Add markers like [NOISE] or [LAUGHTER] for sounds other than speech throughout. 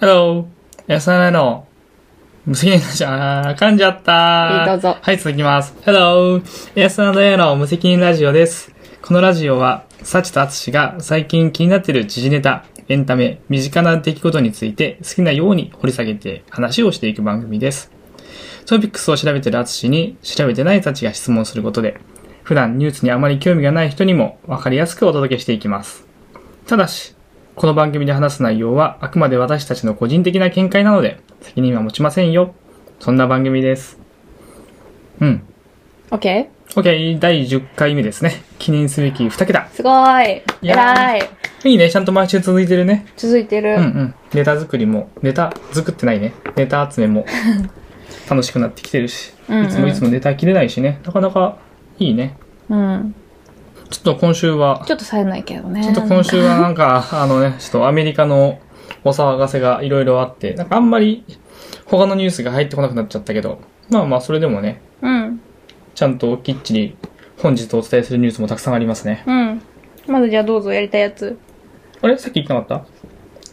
Hello! 安田ないの。無責任ラジオ、あー噛んじゃったはいどうぞはい、続きます。Hello! 安田ないの無責任ラジオです。このラジオは、サチとアツシが最近気になってる時事ネタ、エンタメ、身近な出来事について好きなように掘り下げて話をしていく番組です。トピックスを調べてるアツシに調べてないサチが質問することで、普段ニュースにあまり興味がない人にも分かりやすくお届けしていきます。ただし、この番組で話す内容はあくまで私たちの個人的な見解なので責任は持ちませんよ。そんな番組です。うん。 OK? OK、第10回目ですね。記念すべき2桁。すごーい。いえやーらい。いいね、ちゃんと毎週続いてるね。続いてうる。んうん。ネタ作りも、ネタ作ってないね。ネタ集め [LAUGHS] も楽しくなってきてるし、うんうんいつもいつもネタ切れないしね。なかなかいいね。うん。ちょっと今週は、ちょっと冴えないけどね。ちょっと今週はなんか、あのね、ちょっとアメリカのお騒がせがいろいろあって、なんかあんまり他のニュースが入ってこなくなっちゃったけど、まあまあそれでもね、うん。ちゃんときっちり本日お伝えするニュースもたくさんありますね。うん。まずじゃあどうぞやりたいやつ。あれさっき言ってなかっ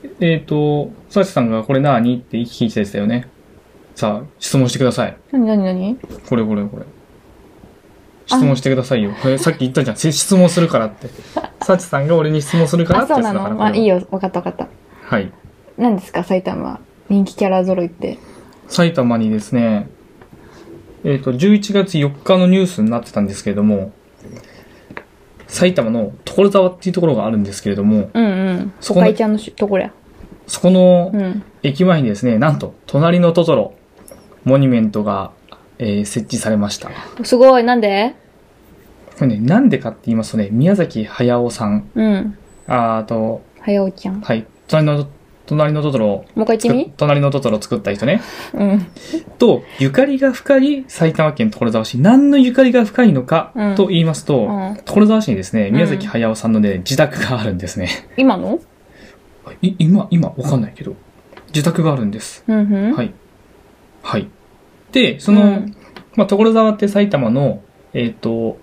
たえっ、ー、と、サチさんがこれなーにって聞いてたよね。さあ、質問してください。なになになにこれこれこれ。質問してくださいよ。これさっき言ったじゃん。せ質問するから [LAUGHS] って。サチさんが俺に質問するからあ、ってそうやつなだから。のあ、これいはいよ。わかったわかった。はい。何ですか埼玉。人気キャラ揃いって。埼玉にですね、えっ、と、11月4日のニュースになってたんですけれども、埼玉の所沢っていうところがあるんですけれども、うんうん。そ都この会ちゃんのしところや。そこのうん。駅前にですね、なんと、隣のトトロ、モニュメントが、えー設置されました。こすごい。なんでれね、なんでかって言いますとね、宮崎駿さん、うん。ああと、早起きちゃん。もはい、隣の、隣のトトロをう一回作言っ、って隣のトトロを作った人ね、みうん。と、ゆかりが深い埼玉県所沢市、何のゆかりが深いのかうんと言いますと、うん所沢市にですね、ん宮崎駿さんのね、自宅があるんですね。今のい今、今、わかんないけど、自宅があるんです。うんうん。はい。はい。で、そその、まあ、所沢って埼玉の、えっ、と、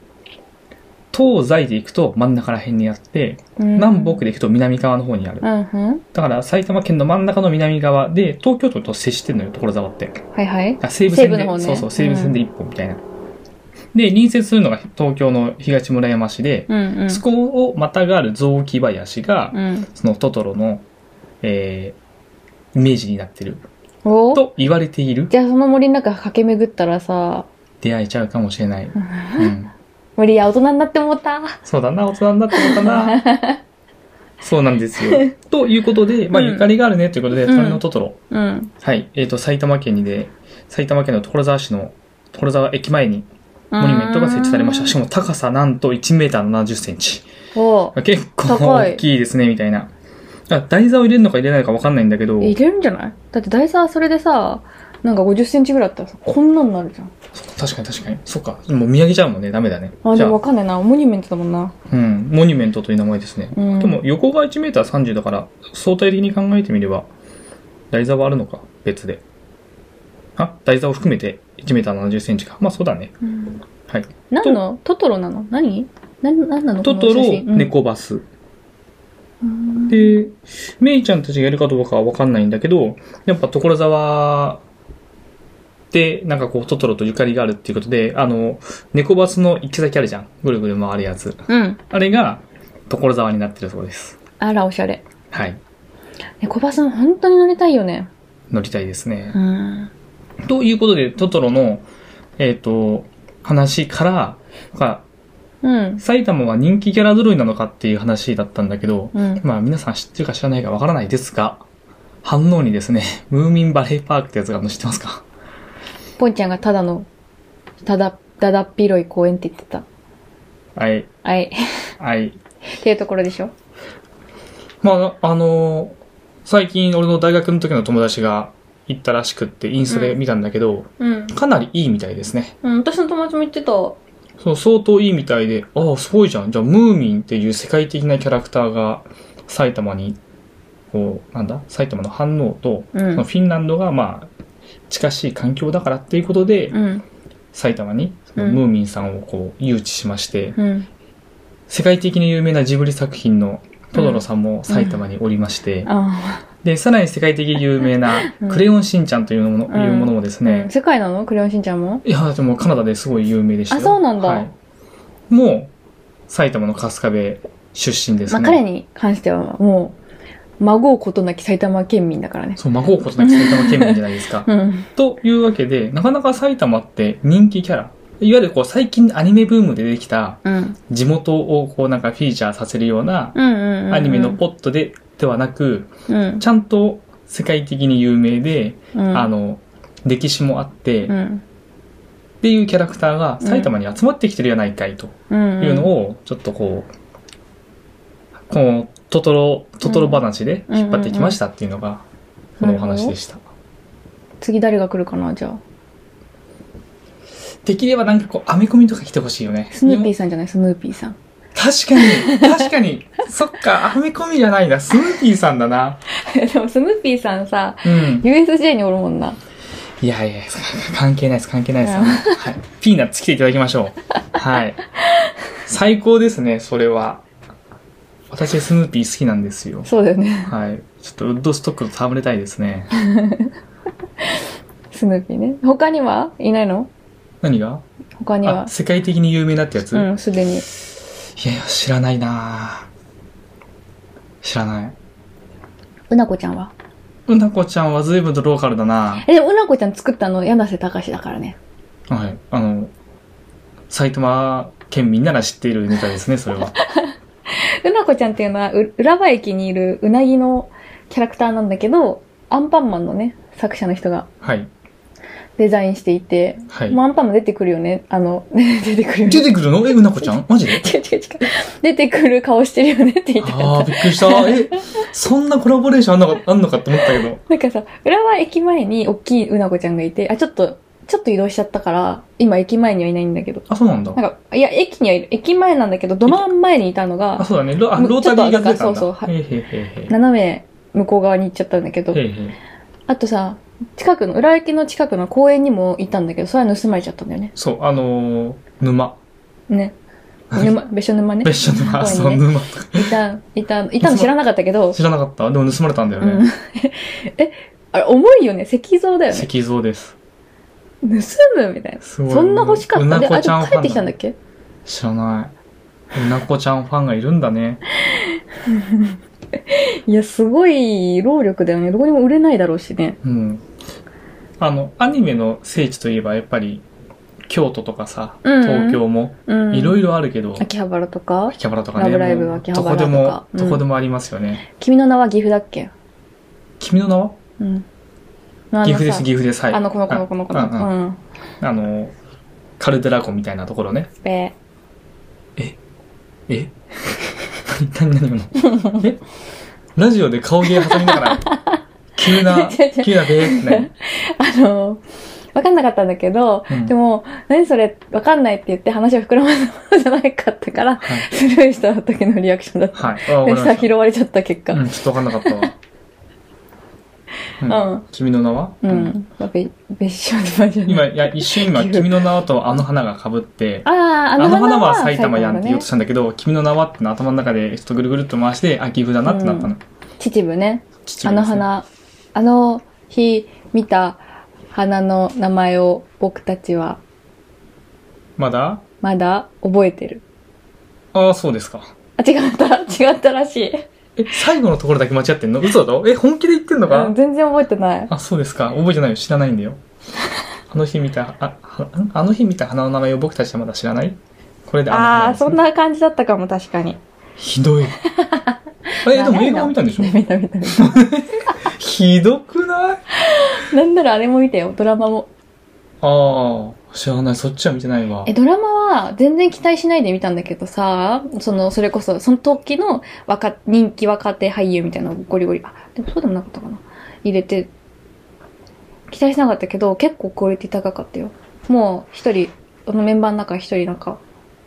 東西で行くと真ん中ら辺にあって、南北で行くと南側の方にある。うんうん。だから埼玉県の真ん中の南側で、東京都と接してるのよ、所沢って。はいはい。あ西武線西武で、の方ねそうそう、西武線で1本みたいな。で、隣接するのが東京の東村山市で、うんうん。そこをまたがる雑木林が、うん。そのトトロの、えー、イメージになってるおと言われている。じゃあその森の中駆け巡ったらさ、出会えちゃうかもしれない。うん、無理や、大人になってもうた。そうだな、大人になってもだな。 [LAUGHS] そうなんですよ。ということで、まあ、うんゆかりがあるねということで、うん隣のトトロ。うん。はい。えっ、と、埼玉県にで、埼玉県の所沢市の所沢駅前にモニュメントが設置されました。しかも高さなんと1メーター70センチ。お結構高い大きいですね、みたいな。あ台座を入れるのか入れないのか分かんないんだけど、入れるんじゃないだって台座はそれでさ、なんか50センチぐらいあったらさ、こんなんなるじゃん。確かに確かに。そっか。もう見上げちゃうもんね。ダメだね。あ、じでゃあもわ、かんないな。モニュメントだもんな。うん。モニュメントという名前ですね。うん。でも、横が1メーター30だから、相対的に考えてみれば、台座はあるのか、別で。あ、台座を含めて1メーター70センチか。まあそうだね。うん、はい。何のトトロなの何何何なのトトロ、猫。猫バス。うんで、メイちゃんたちがいるかどうかはわかんないんだけど、やっぱ所沢で、なんかこう、トトロとゆかりがあるっていうことで、あの、猫バスの行き先あるじゃん。ぐるぐる回るやつ。うん。あれが、所沢になってるそうです。あら、おしゃれ。はい。猫バスも本当に乗りたいよね。乗りたいですねう。ん。ということで、トトロの、えっ、と、話から、まうんあ。埼玉は人気キャラ揃いなのかっていう話だったんだけど、うん。まあ皆さん知ってるか知らないかわからないですが、反応にですね、ムーミンバレーパークってやつがあるの知ってますかポンちゃんがただの、ただ、だだっ広い公園って言ってた。はい、はい。 [LAUGHS] はい。っていうところでしょ。まあ、あのー最近俺の大学の時の友達が行ったらしくって、インスタで見たんだけど、うん。かなりいいみたいですね。うん、私の友達も言ってた。そう、相当いいみたいで、ああ、すごいじゃん。じゃあ、ムーミンっていう世界的なキャラクターが埼玉に、こう、なんだ埼玉の反応と、うんそのフィンランドが、まあ、近しい環境だからっていうことで、うん。埼玉にそのうんムーミンさんをこう誘致しまして、うん。世界的に有名なジブリ作品のトドロさんも埼玉におりまして、あで、さらに世界的に有名な、クレヨンしんちゃんというもの,、うんいうものもですうんね、世界なのクレヨンしんちゃんもいや、でもカナダですごい有名でしたよあそうなんだはいもう、埼玉の春日部出身ですまね。あ、彼に関してはもう、孫うことなき埼玉県民だからね。そう、孫をことなく埼玉県民じゃないですか。うん。というわけで、なかなか埼玉って人気キャラ。いわゆるこう最近アニメブームでできたうん。地元をこうなんかフィーチャーさせるようなうんうんうん、うん。アニメのポットで、ではなく、うん。ちゃんと世界的に有名で、うん。あ、の、歴史もあって、うっん。ていうキャラクターが埼玉に集まってきてるやないかいとうん。いうのを、ちょっとこう、このトトロ、トトロ話で引っ張ってきましたっていうのが、このお話でした。次誰が来るかな、じゃあ。できればなんかこう、アメコミとか来てほしいよね。スヌーピーさんじゃないスヌーピーさん。確かに、確かに。そっか、アメコミじゃないな。スヌーピーさんだな。 [LAUGHS] でもスヌーピーさんさ、うん。 USJ におるもんな。いやいや、関係ないです、関係ないです。はい。ピーナッツ来ていただきましょう。はい。最高ですね、それは。私、スヌーピー好きなんですよ。そうだよね。はい。ちょっとウッドストックと戯れたいですね。スヌーピーね。他にはいないの何が他にはあ、。世界的に有名なってやつ、ういん、すでに。やいや、知らないなぁ知らない。うなこちゃんはうなこちゃんは随分とローカルだなえ、でもうなこちゃん作ったの柳瀬隆だからね。はい。あの、埼玉県民なら知っているネタですね、そ [LAUGHS] れは。うなこちゃんっていうのは、う浦和駅にいるうなぎのキャラクターなんだけど、アンパンマンのね、作者の人がはい。デザインしていて、はいもう。アンパンマン出てくるよね。あの、 [LAUGHS] 出てくるよね。出てくるのえ、うなこちゃんマジで違う違う違う。出てくる顔してるよねって言いたかった。ああ、びっくりした。え、そんなコラボレーションあんのかあんのかって思ったけど。なんかさ、浦和駅前に大きいうなこちゃんがいて、あ、ちょっと、ちょっと移動しちゃったから、今駅前にはいないんだけど。あ、そうなんだな。んか、いや、駅にはいる。駅前なんだけど、ど真ん前にいたのあ、が、そうだね。ロあうんロータリーが出てたんだ。ちょっとなんかそうそうはいへいへいへ斜め向こう側に行っちゃったんだけどいへい。、へいへい。あとさ、近くの、浦和駅の近くの公園にもいたんだけど、それは盗まれちゃったんだよね。そう、あのー、沼。ね。沼、 [LAUGHS] 別所沼ね。別所沼。そそうう、ね沼とか。いた、いた、いたの知らなかったけど、知らなかった。でも盗まれたんだようん [LAUGHS] ね。。え、あれ、重いよね。石像だよね。石像です。盗むみたいな。すごい [LAUGHS] そんな欲しかっうた。なで、あこれちゃんファンだ帰ってきたんだっけ知らない。うなこちゃんファンがいるんだね。いや、すごい労力だよね。どこにも売れないだろうしね。うん。あの、アニメの聖地といえばやっぱり、京都とかさ、うん東京も、うん。いろいろあるけど、秋葉原とか、秋葉原とかね。ラブライブもう秋葉原どこでともか、うんどこでもありますよね。君の名は岐阜だっけ君の名はうん。あのさ岐阜です、岐阜です。はい。あの、この、この、この、この。あうんうんうん。あの、カルデラ湖みたいなところね。ええ [LAUGHS] 何何何今のえラジオで顔芸挟みながら、急 [LAUGHS] な、違う違う急なべーってね。あの、わかんなかったんだけど、うんでも、何それ、わかんないって言って話を膨らませたじゃないかったから、はい。スルーした時のリアクションだった。はい。あ、わかりまさ、し拾われちゃった結た。果。うん、ちょっとわかんなかったわ。うん。君の名はうん。まあべ別所沼じゃない。今、いや、一瞬今、君の名はとあの花が被って、ああ、ああのの花花はは埼玉やんって言おうねとしたんだけど、君の名はっての頭の中でちょっとぐるぐるっと回して、あ、岐阜だなってなったの。秩父ね。秩父あでのすね。花、あの日見た花の名前を僕たちはまだまだ覚えてる。ああ、そうですか。あ、違った、 [LAUGHS] 違ったらしい。え、最後のところだけ間違ってんの嘘だろえ、本気で言ってんのうん、か全然覚えてない。あ、そうですか。覚えてないよ。知らない [LAUGHS] んだよ。あの日見た、あ、はあの日見た花の名前を僕たちはまだ知らないこれであの花あ、ですねそん。な感じだったかも、確かに。ひどい。 [LAUGHS] え、でも映画を見たんでしょ見た見た見た。ひどくないなんならあれも見たよ、 [LAUGHS] ドラマも。ああ、知らない。そっちは見てないわえ、。ドラマは全然期待しないで見たんだけどさ、その、それこそ、その時の若、人気若手俳優みたいなのをゴリゴリ、あ、でもそうでもなかったかな。入れて、期待しなかったけど、結構クオリティ高かったよ。もう一人、このメンバーの中一人なんか、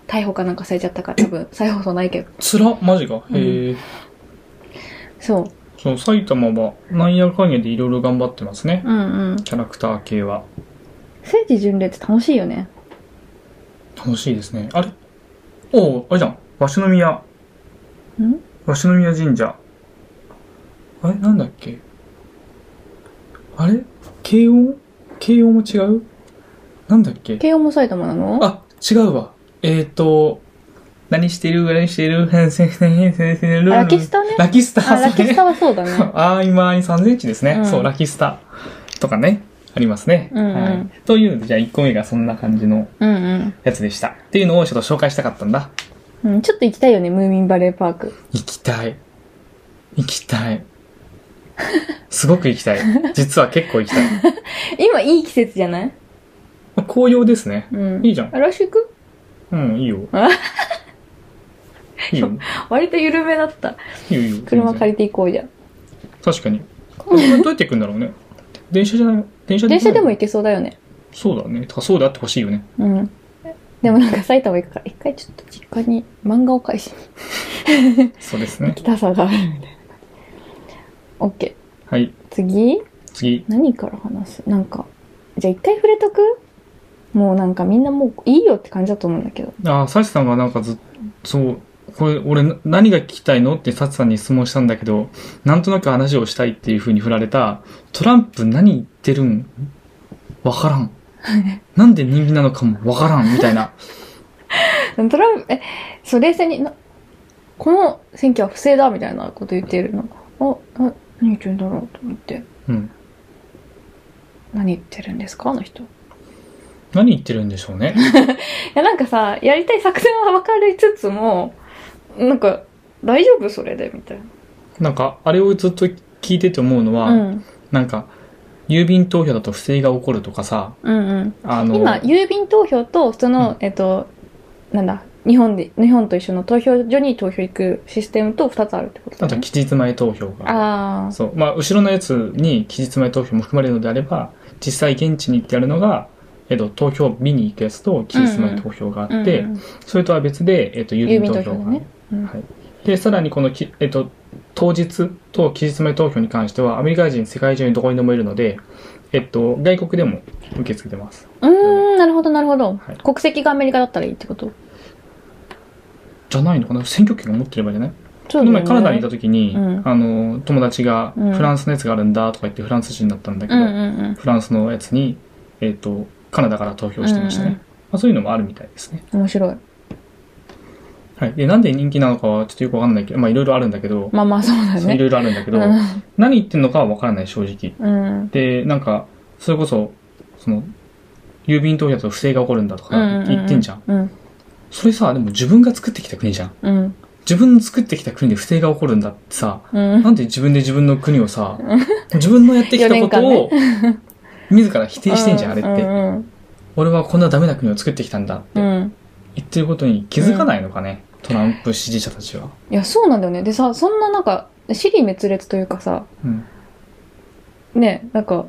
逮捕かなんかされちゃったから多 [LAUGHS] 分、再放送ないけど。つら、マジか。へえ。そそう、埼玉は、なんやかんやでいろいろ頑張ってますねう。。うんうん。キャラクター系は。聖地巡礼って楽しいよね。楽しいですね。あれおお、あれじゃん。鷲宮。ん鷲宮神社。あれなんだっけあれ慶応慶応も違うなんだっけ慶応も埼玉なのあ、違うわ。えっ、ー、と、何してる何してる変成変変成変あラキスタねラキスタあ、ラキスタね。 [LAUGHS] はそうだね。あー、今、3センチですね、うんそう、ラキスタとかね、ありますね。うんうんはい、というので、じゃあ1個目がそんな感じのうんやつでした。っていうのをちょっと紹介したかったんだ。うん。うん、ちょっと行きたいよね、ムーミンバレーパーク。行きたい。行きたい。すごく行きたい。実は結構行きたい。今いい季節じゃないまあ紅葉ですね。うん。いいじゃんあらしくうん、いい [LAUGHS] よあ。いいよ。割と緩めだった。いいよ、いいよ。車借りりて行こうじゃん。確かに。これどうやって行くんだろうね。電車じゃない電車電車でも行けけそうだよね。そうだね。とか、そうであってほしいよね。うん。でもなんか埼玉行くから、一回ちょっと実家に漫画を返しにそうですね来。たさがあるみたいな。OK。はい。次次。何から話すなんか、じゃあ一回触れとくもうなんかみんなもういいよって感じだと思うんだけど。あ、サチさんがなんかずっそう、これ、俺、な何が聞きたいのってサチさんに質問したんだけど、なんとなく話をしたいっていう風に振られた、トランプ何言ってるんわから [LAUGHS] ん。なんで人気なのかもわからんみたいな。トランプ、え、そう、冷静に、なこの選挙は不正だみたいなこと言ってるの。あ、あ何言ってるんだろうと思って。うん。何言ってるんですかあの人。い何言ってるんでしょうね。や、なんかさ、やりたい作戦は分かりつつも、なんか、大丈夫それでみたいなんか、あれをずっと聞いてて思うのな。は、うん。なんか、郵便投票だと不正が起こるとかさ、うんうん。あの、今、郵便投票と、その、えっと、なんだ、日本で、日本と一緒の投票所に投票行くシステムと2つあるってことあだとね。期日前投票が。あそう。まあ、後ろのやつに期日前投票も含まれるのであれば、実際現地に行ってやるのが、えっと、投票見に行くやつと期日前投票がああ。うんうっんて、それとは別で、えっと、郵郵便便投投票票がだある。ね。うんはいで、さらにこのき、えっと、当日と期日前投票に関しては、アメリカ人世界中にどこにでもいるので、えっと、外国でも受け付けてます。うーん、なるほど、なるほど、はい国籍がアメリカだったらいいってことじゃないのかな選挙権を持ってればいいんじゃないそこの前カナダにいた時に、うんあの友達がうんフランスのやつがあるんだとか言ってフランス人だったんだけうど、んうんフランスのやつに、えっとカナダから投票してましたね、うんうんまあ、そういうのもあるみたいですね、うん。面白い。はい、でなんで人気なのかはちょっとよくわかんないけどまあいろいろあるんだけど、まあまあ、そうだそういね。ろいろあるんだけど、何言ってんのかはわからない正直うん。でなんかそれこそその郵便投票だと不正が起こるんだとかうん。言ってんじゃん,、。うん。それさでも自分が作ってきた国じゃんうん。自分の作ってきた国で不正が起こるんだってさ、うん。なんで自分で自分の国をさ、自分のやってきたことを、自ら否定してんじゃん、あれっうて。ん俺はこんなダメな国を作ってきたんだっうん。てうん。言ってることに気づかないのかね、トランプ支持者たちは。いや、そうなんだよね。でさ、そんななんか、死に滅裂というかさ、うん。ね、なんか、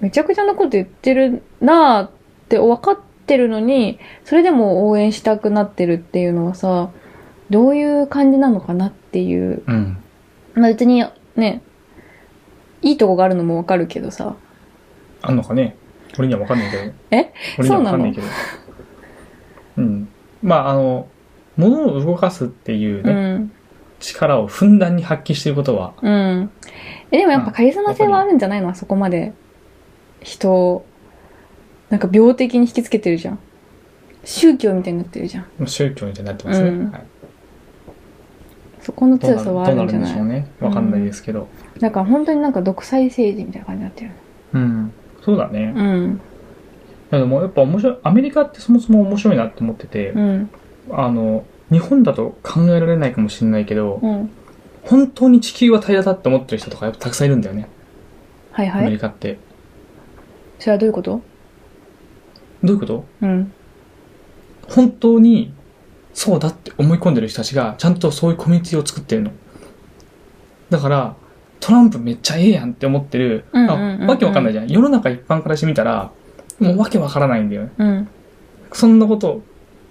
めちゃくちゃなこと言ってるなーって分かってるのに、それでも応援したくなってるっていうのはさ、どういう感じなのかなっていううん。まあ別にね、いいとこがあるのもわかるけどさ。あんのかね俺にはわかんないけど。え俺にはわかんないけど。うん。まあ、あの、物を動かすっていううね、ん。力をふんだんに発揮してることは、うん。え、でもやっぱカリスマ性はあるんじゃないのあそこまで。人を、なんか病的に引きつけてるじゃん。宗教みたいになってるじゃん。宗教みたいになってますね。うんはいそこのどう強なるさどうはあるなんじるゃんでなしいょうね。わかんないですけど。だから本当になんか独裁政治みたいな感じになってる。うん。そうだね。うん。いやでもやっぱ面白い、アメリカってそもそも面白いなって思っててう、ん。あの、日本だと考えられないかもしれないけど、うん。本当に地球は平らだって思ってる人とかやっぱたくさんいるんだよね、はいアはメい。リカって。それはどういうことどういうことうん。本当にそうだって思い込んでる人たちがちゃんとそういうコミュニティを作ってるの。だから、トランプめっちゃええやんって思ってる、うんうんうんうんあわけわかんないじゃん。世の中一般からしてみたら、もうわけわからないんだよね。うん。そんなことを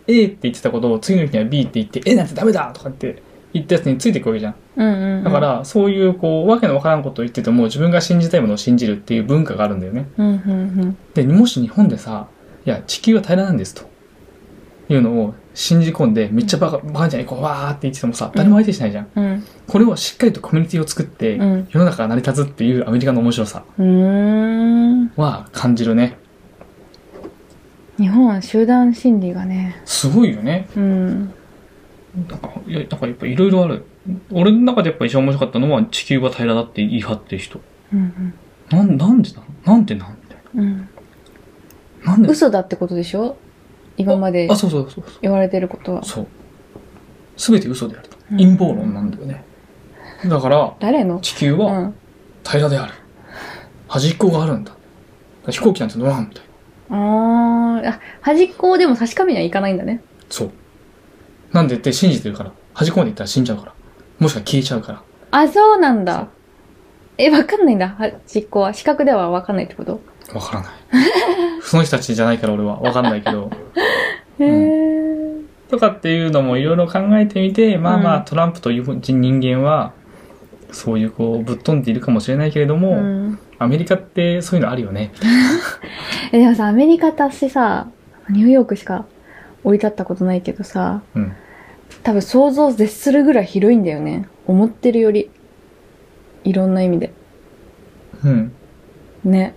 A って言ってたことを次の日には B って言って、A なんてダメだとかって言ったやつについていくわけじゃん。うんうん、うん。だか、ら、そういうこう、わけのわからんことを言ってても自分が信じたいものを信じるっていう文化があるんだよね。うんうんうん。で、もし日本でさ、いや、地球は平らなんですと。いいうのを信じ込んで、めっちゃバカ、バカじゃない、こう、わーって言っててもさ、誰も相手しないじゃん。うん。これをしっかりとコミュニティを作って、うん世の中が成り立つっていうアメリカの面白さうーん。は感じるね。日本は集団心理がね。すごいよね。うん。なんか、いやなんかやっぱいろいろある。俺の中でやっぱ一番面白かったのは、地球は平らだって言い張ってる人。うんなん、なんでなのなんでなんみたいうん。うん。な。なんで嘘だってことでしょ今まであ、そうそうそうそう。言われてることは。そう。すべて嘘であると。うん陰謀論なんだよね。だから、誰の地球うはん。平らである。端っこがあるんだ。だから飛行機なんて乗らんみたいな。あーあ、端っこをでも確かめにはいかないんだね。そう。なんでって信じてるから。端っこまで行ったら死んじゃうから。もしくは消えちゃうから。あ、そうなんそうだ。え、わかんないんだ。端っこは。視覚ではわかんないってことわからない。 [LAUGHS] その人たちじゃないから俺は。わかんないけ [LAUGHS] ど。へー。とかっていうのもいろいろ考えてみて、まあまあうんトランプという人間は、そういうこう、ぶっ飛んでいるかもしれないけれども、うん。アメリカってそういうのあるよね。え、でもさ、アメリカって私さ、ニューヨークしか降り立ったことないけどさ、うん。多分想像を絶するぐらい広いんだよね。思ってるより。いろんな意味で。うん。ね。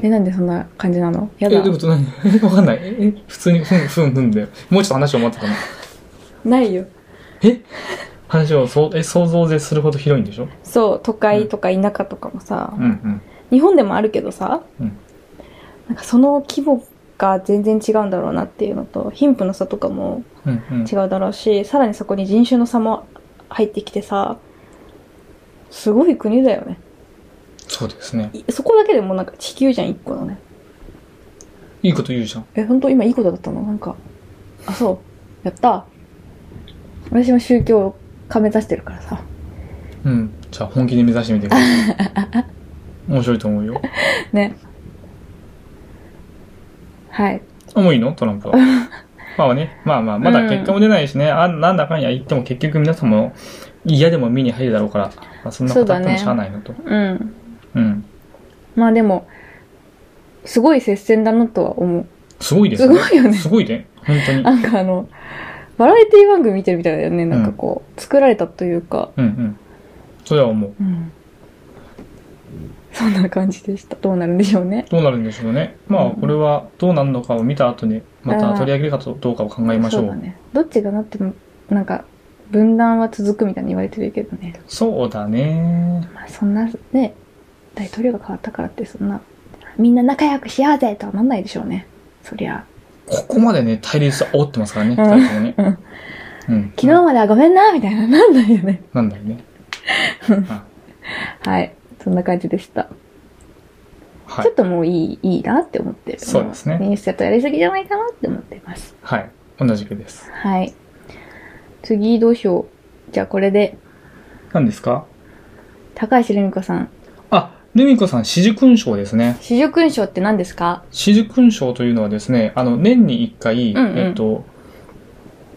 え、なんでそんな感じなのやえ、どだういう。こと何 [LAUGHS] わかんない。ええ、普通にふん、ふん、ふんだよ。もうちょっと話を待ってたの。ないよ。話を、そう、え、想像を絶するほど広いんでしょそう、都会とか田舎とかもさ、うんうん。日本でもあるけどさ、うんなんかその規模が全然違うんだろうなっていうのと、貧富の差とかもうんうん。違うだろうし、さらにそこに人種の差も入ってきてさ、すごい国だよね。そうですね。いそこだけでもなんか地球じゃん、一個のね。いいこと言うじゃん。え、本当今いいことだったのなんか。あ、そう。やった。私も宗教家目指してるからさ。うん。じゃあ本気で目指してみてください。 [LAUGHS] 面白いと思うよ。ね。はい。あ、もういいのトラン [LAUGHS] プは。まあね、まあまあ、まだ結果も出ないしね、あなんだかんや言っても結局皆さんも嫌でも見に入るだろうから、まあ、そんなことあってもしゃあないなと。うん。うん。まあでも、すごい接戦だなとは思う。すごいですすごいよねすごいね。本当 [LAUGHS] に。なんかあの、バラエティ番組見てるみたいだよね。なんかこう、作られたというか。うんうん。それは思う。うん。そんな感じでした。どうなるんでしょうね。どうなるんでしょうね。まあ、これはどうなるのかを見た後に、また取り上げるかどうかを考えましょう。そうだね。どっちがなっても、なんか、分断は続くみたいに言われてるけどね。そうだね。まあそんなね、大統領が変わったからってそんな、みんな仲良くしようぜとはなんないでしょうね。そりゃ。ここまでね、対立は煽ってますからね、う二ん人ともね。うん。昨日まではごめんなみたいな、なんないよね。なんだよね。はい。そんな感じでした。はちょいっ。ともういい、いいなって思ってる。そうですねニュースちょっとやりすぎじゃないかなって思ってます。はい。同じくです。はい。次どうしよう。じゃあこれで、何ですか高橋留美子さん。あ、ルミ子さん、四十勲章ですね。四十勲章って何ですか四十勲章というのはですね、あの、年に一回、うんうんえっと、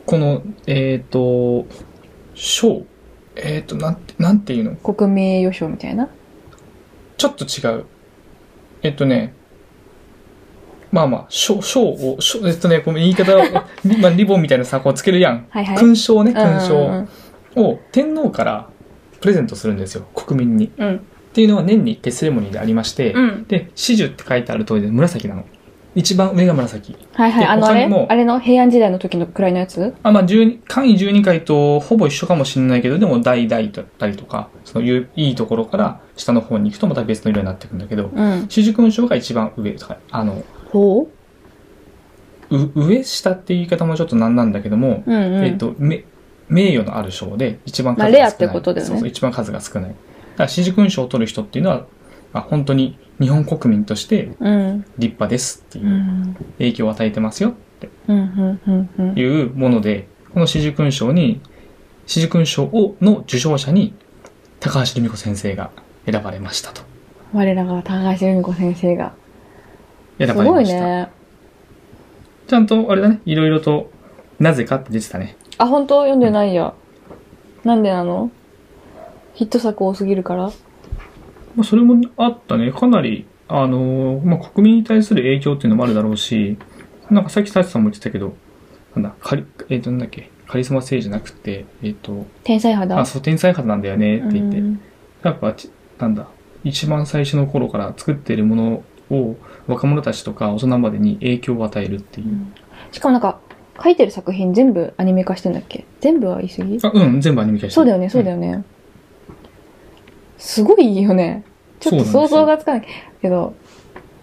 この、えっ、と、章、えっ、と、なんて、なんていうの国名誉賞みたいな。ちょっと違う。えっとね、まあまあ、章章を、章えっとね、この言い方を、 [LAUGHS] リまあ、リボンみたいなさ、こうつけるやん。はいはい。勲章ね、勲うんうん章を天皇からプレゼントするんですよ、国民に。っうん。ていうのは年に一回セレモニーでありまして、うん。で、紫綬って書いてある通りで紫なの。一番上が紫。はいはい。であの、あ他にもれあれの平安時代の時のくらいのやつあ、まあ、十二簡易12回とほぼ一緒かもしれないけど、でも大々だったりとか、そのいういいところから下の方に行くとまた別の色になってくるんだけど、うん。紫綬勲章が一番上とか、あの、ほう上下っていう言い方もちょっとなんなんだけども、ううんうん。えっ、と、め名誉のある賞で一番数が少なまあい。レアってことだよねそうそう、一番数が少ない。だから、四十勲章を取る人っていうのは、まあ、本当に日本国民としてうん。立派ですってう。いうん影響を与えてますよってうん。うん。うん。うんいうもので、この四十勲章に、四十勲章をの受賞者に、高橋留美子先生が選ばれましたと。我らが高橋留美子先生が。選すばれごまいした。ね。ちゃんと、あれだね、いろいろと、なぜかって出てたね。あ、本当読んでないや。なんでなのヒット作多すぎるからまあ、それもあったね。かなり、あのーまあ、国民に対する影響っていうのもあるだろうし、なんかさっきサチさんも言ってたけど、なんだ、カリ、えっ、と、なんだっけ、カリスマ性じゃなくて、えっ、と、天才肌あ、そう、天才肌なんだよねって言って、うんなんかち、なんだ、一番最初の頃から作ってるものを若者たちとか大人までに影響を与えるっていうう。んしかもなんか書いてる作品全部アニメ化してんだっけ全部は言い過ぎあ、うん、全部アニメ化してそうだよねそうだよ。よね、すごいいいよねちょっとそうなんで想すよ像がつかないけど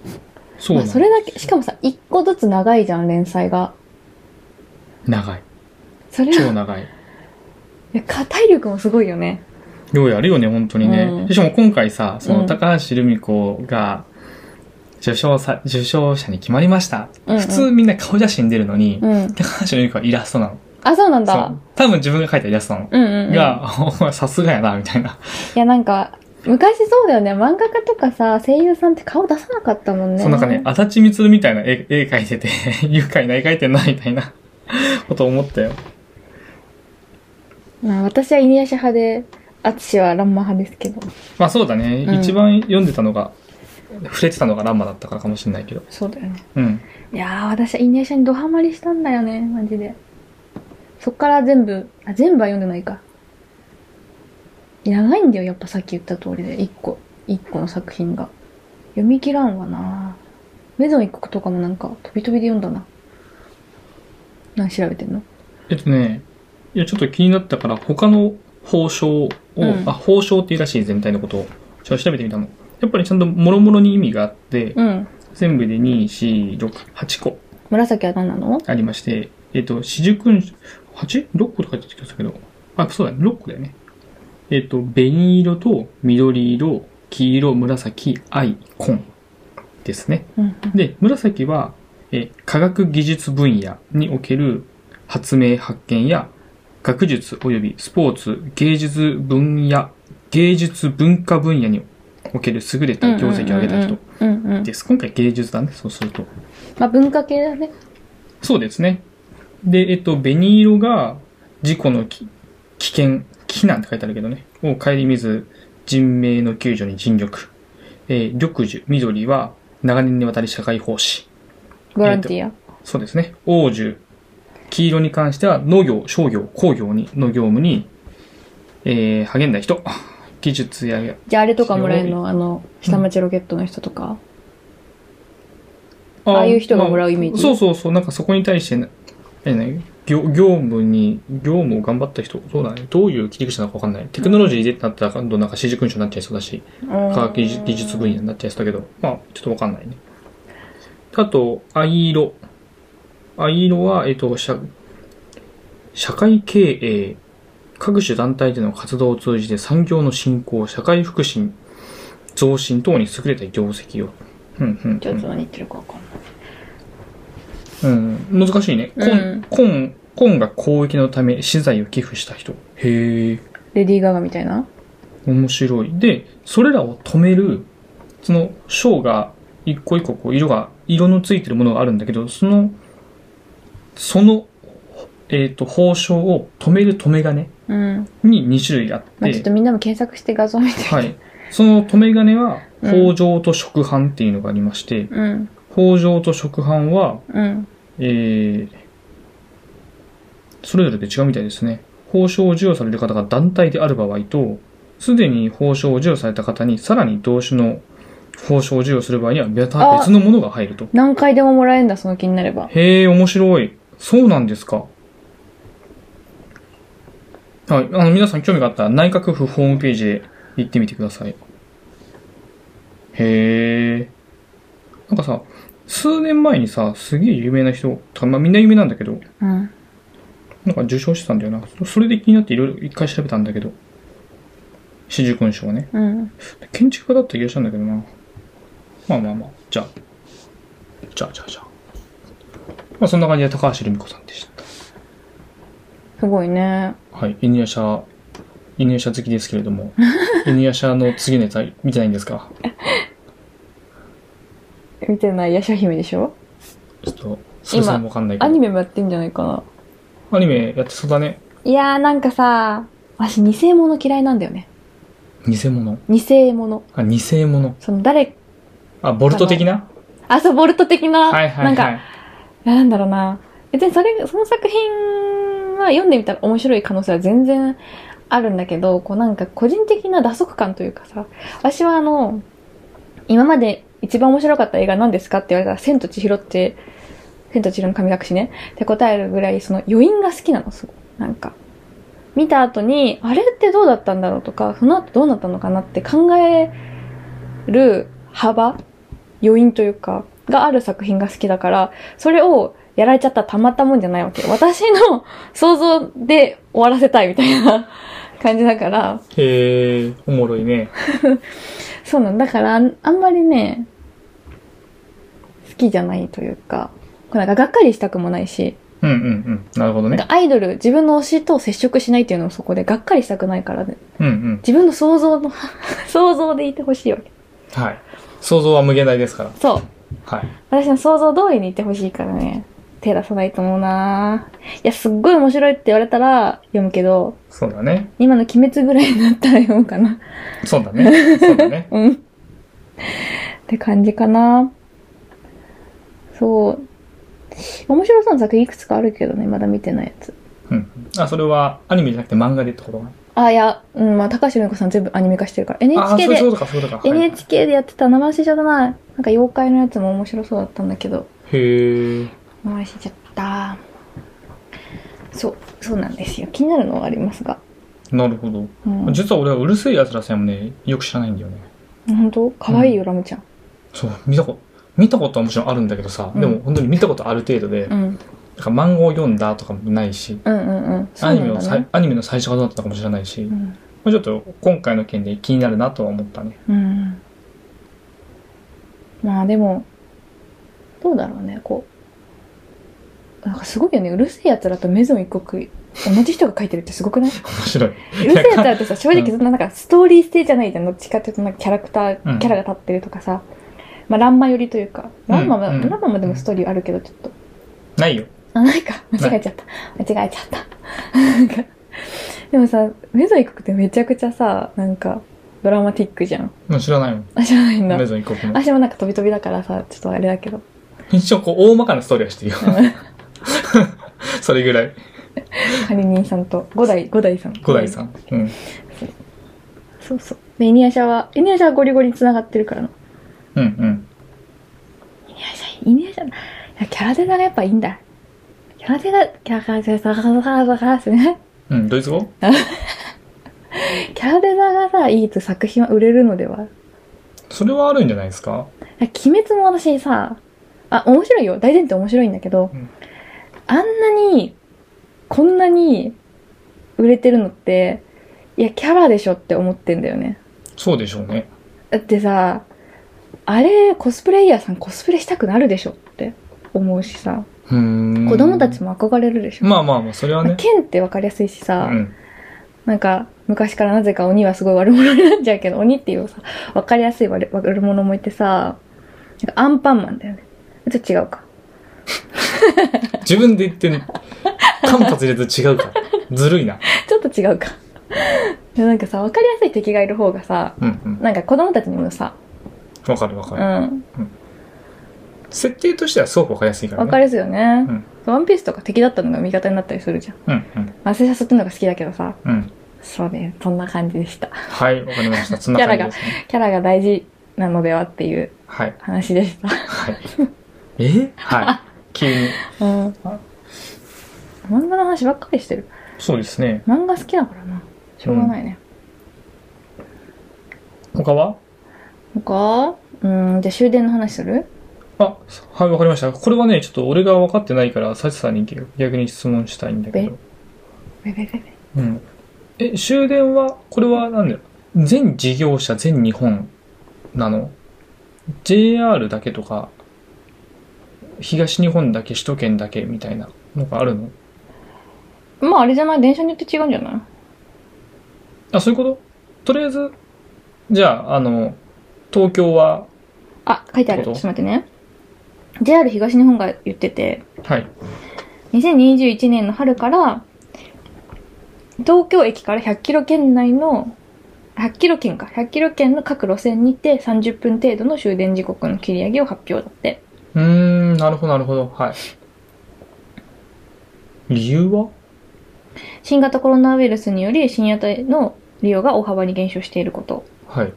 うんそうまなあ、のそれだけしかもさ一個ずつ長いじゃん連載が長い。それ超は長い。いやか体力もすごいよね量やるよね、本当にね。うんしかも今回さ、そうのん高橋留美子が受賞さ、受賞者に決まりました。うんうん普通みんな顔写真出るのに、うん高橋留美子はイラストなの。あそうなんそだう。多分自分が描いたイラストなの。うんうん、うん、が、 [LAUGHS] お前さすがやな、みたいな。いやなんか昔そうだよね漫画家とかさ声優さんって顔出さなかったもんねそうなんかね、足立みつるみたいな絵絵描いて [LAUGHS] て、愉快な絵描いてんな、みたいな [LAUGHS] こと思ったよ。まあ私はイニアシ派で淳はランマ派ですけどまあそうだね。うん一番読んでたのが、触れてたのがランマだったからかもしれないけど。そうだよねうん。いやー私はイニアシャにドハマりしたんだよねマジでそっから全部あ全部は読んでないか長いんだよやっぱさっき言った通りで一個一個の作品が読み切らんわなメゾン一国とかもなんか飛び飛びで読んだな何調べてんのえっとね、いや、ちょっと気になったから、他の法章を、うんあ、法章っていうらしい全体のことを、ちょっと調べてみたの。やっぱりちゃんと諸々に意味があって、うん全部で2、4、6、8個紫は何なのありまして、えっ、と、四十九日、8?6 個とか言ってきましたけど、あ、そうだね、6個だよね。えっ、と、紅色と緑色、黄色、紫、アイコンですね。うんで、紫は、えー科学技術分野における発明発見や学術及びスポーツ、芸術分野、芸術文化分野における優れた業績を上げた人うんうんうんうんです。今回芸術だね、そうすると。まあ文化系だねそうですね。で、えっと、紅色が事故のき危険、危機なんて書いてあるけどね、を顧みず人命の救助に尽力。えー緑樹、緑は長年にわたり社会奉仕。ボランティア、そうですね。王樹。黄色に関しては農業、商業、工業に、の業務に、えー、励んだ人。 [LAUGHS] 技術や、じゃああれとかもらえるのあの下町ロケットの人とか、あああいう人がもらうイメージまあそうそうそう。なんかそこに対してな、えね、業業務に、業務を頑張った人、そうだね。どういう切り口なのかわかんない。テクノロジーでってなったら、今度なんか四十勲章になっちゃいそうだし、うん科学技術技術分野になっちゃいそうだけど、まあ、ちょっとわかんないね。あと、藍色。藍色は、えっ、と、社、社会経営、各種団体での活動を通じて産業の振興、社会福祉、増進等に優れた業績を。うん、うん、ちょっと何言ってるかわかんない。うん。うん、難しいね。う紺ん、紺、紺が公益のため資材を寄付した人。へえ。レディー・ガガみたいな面白い。で、それらを止める、その、章が、一個一個こう、色が、色のついてるものがあるんだけど、その、その、えっ、と、報章を止める止め金うん。に2種類あっ、まあ、ちょってとみんなも検索して画像見て。はい。その止め金は、うん北条と食飯っていうのがありまして、うん。北条と食飯は、うん。えー、それぞれで違うみたいですね。報奨を授与される方が団体である場合と、すでに報奨を授与された方にさらに同種の報奨を授与する場合には別あ別のものが入ると。何回でももらえんだ、その気になれば。へえ、面白い。そうなんですか。はい。あの、皆さん興味があったら内閣府ホームページへ行ってみてください。へえ。なんかさ、数年前にさ、すげえ有名な人、たまあ、みんな有名なんだけど、うん。なんか受賞してたんだよな。そそれで気になっていろいろ一回調べたんだけど。四十勲章はね。うん。建築家だった気がしたんだけどな。まあまあまあ。じゃあ。じゃあじゃあじゃあ。まあそんな感じで高橋留美子さんでした。すごいね。はい。イニアシャ、イニアシャ好きですけれど [LAUGHS] も。イニアシャの次のやつは見てないんですか見てない、ヤシャ姫でしょちょっと、それさえもわかんないけど。アニメもやってんじゃないかな。アニメやってそうだね。いやー、なんかさ、私、偽物嫌いなんだよね。偽物。偽物。あ、偽物。その、誰、あ、ボルト的なあ、そう、ボルト的な、はいはいはい。なんか、いや、なんだろうな。別にそれ、その作品は読んでみたら面白い可能性は全然あるんだけど、こうなんか個人的な打足感というかさ、私はあの、今まで一番面白かった映画何ですかって言われたら、千と千尋って、千と千尋の神隠しね。って答えるぐらい、その余韻が好きなの、すごい。なんか。見た後に、あれってどうだったんだろうとか、その後どうなったのかなって考える幅余韻というか、がある作品が好きだから、それをやられちゃったらたまったもんじゃないわけ。私の想像で終わらせたいみたいな感じだから、へえ、おもろいね。そうなんだから、あんあんまりね、好きじゃないというか、こうなんかがっかりしたくもないし、うんうんうん。なるほどなね。んかアイドル、自分の推しと接触しないっていうのもそこで、がっかりしたくないからね、うんうん。自分の想像の、 [LAUGHS] 想像でいてほしいわけ。はい。想像は無限大ですから。そう。はい。私の想像通りにいってほしいからね、手出さないと思うなぁいや、すっごい面白いって言われたら読むけど、そうだね。今の鬼滅ぐらいになったら読むかな。そうだ [LAUGHS] ね。そうだね。うん。って感じかな。そう。面白そうな作品いくつかあるけどね、まだ見てないやつ。うん。あ、それはアニメじゃなくて漫画でってことか。あ、いや、うん、まあ、高橋留美子さん全部アニメ化してるから。あー、 NHK そういうこで、とか、そういうことか。はい NHK でやってた名前忘れちゃったな。なんか妖怪のやつも面白そうだったんだけど、へえ。名前忘れちゃった。そう、そうなんですよ。気になるのはありますが。なるほど。うん。実は俺はうるせえ奴らさえもね、よく知らないんだよね。本当可愛いよ、ラムちゃん。そう、見たこと、見たことはもちろんあるんだけどさ、うんでも本当に見たことある程度で、うなんん。か漫画を読んだとかもないし、うんうんうん。そアうニなメんのだ最ね。アニメの最初がどうだったかも知らないし、うまん。あちょっと今回の件で気になるなとは思ったね。うん。まあでも、どうだろうね、こう。なんかすごいよね、うるせえ奴らとメゾン一国、同じ人が書いてるってすごく [LAUGHS] ない面白い。うるせえ奴らってさ、正直そんななんかストーリー性じゃないじゃん、どっちかっていうとなんかキャラクタうー、んキャラが立ってるとかさ。まあ、ランマ寄りというか。ランマは、うんうんランマもでもストーリーあるけど、ちょっと。ないよ。あ、ないか。間違えちゃった。間違えちゃった。なんか。でもさ、メゾン一国ってめちゃくちゃさ、なんか、ドラマティックじゃん。もう知らないもん。あ、知らないんだ。メゾン一国も。私もなんか飛び飛びだからさ、ちょっとあれだけど。一応こう、大まかなストーリーはしてるよ。 [LAUGHS] それぐらい。管理人さんと、五代、五代さん。古代さん。うん。そうそう。で、イニアシャは、イニアシャはゴリゴリに繋がってるからな。うんうん。イニアシャ、イニアシャ、いや、キャラデザがやっぱいいんだ。キャラデザ、キャラデザがですね。うん、ドイツ語キャラデザがさ、いいと作品は売れるのでは。それはあるんじゃないですかいや鬼滅も私さ、あ、面白いよ。大前提面白いんだけど、うんあんなに、こんなに売れてるのって、いや、キャラでしょって思ってんだよね。そうでしょうね。だってさ、あれ、コスプレイヤーさんコスプレしたくなるでしょって思うしさ、うーん。子供たちも憧れるでしょ。まあまあまあ、それはね。剣ってわかりやすいしうさ、ん。なんか、昔からなぜか鬼はすごい悪者になっちゃうけど、鬼っていうさ、わかりやすい悪悪者もいてさ、なんかアンパンマンだよね。ちょっと違うか。自分で言ってん、間髪入れず違うから。ずるいな。ちょっと違うか。でなんかさ、わかりやすい敵がいる方がさ、うんうん。なんか子供たちにもさ、わかるわかうる。ん、設定としてはすごくわかりやすいからわね。かりやすいよねうん。ワンピースとか敵だったのが味方になったりするじゃん。うんうん。私はそっちの方が好きだけどさ、うん。そうね、そんな感じでした。はい、わかりました。そんな感じですね。キャラが大事なのではっていうはい。話でした。はい。えはい。急に。うん。漫画の話ばっかりしてる。そうですね。漫画好きだからな。しょうがないね。他は他うん、じゃあ終電の話するあ、はい、わかりました。これはね、ちょっと俺が分かってないから、サチさんに逆に質問したいんだけど。べべべべうん。え、終電は、これはなんだよ。全事業者全日本なの ?JR だけとか、東日本だけ、首都圏だけみたいなのがあるのまああれじゃない電車によって違うんじゃないあ、そういうこととりあえず、じゃあ、あの、東京は、あ、書いてある。ちどょうっぞと待ってね。JR 東日本が言ってて、はい。 2021年の春から、東京駅から100キロ圏内の、100キロ圏か、100キロ圏の各路線にて30分程度の終電時刻の切り上げを発表だって。うーん、なるほど、なるほど。はい。理由は新型コロナウイルスにより深夜帯の利用が大幅に減少していること。はい。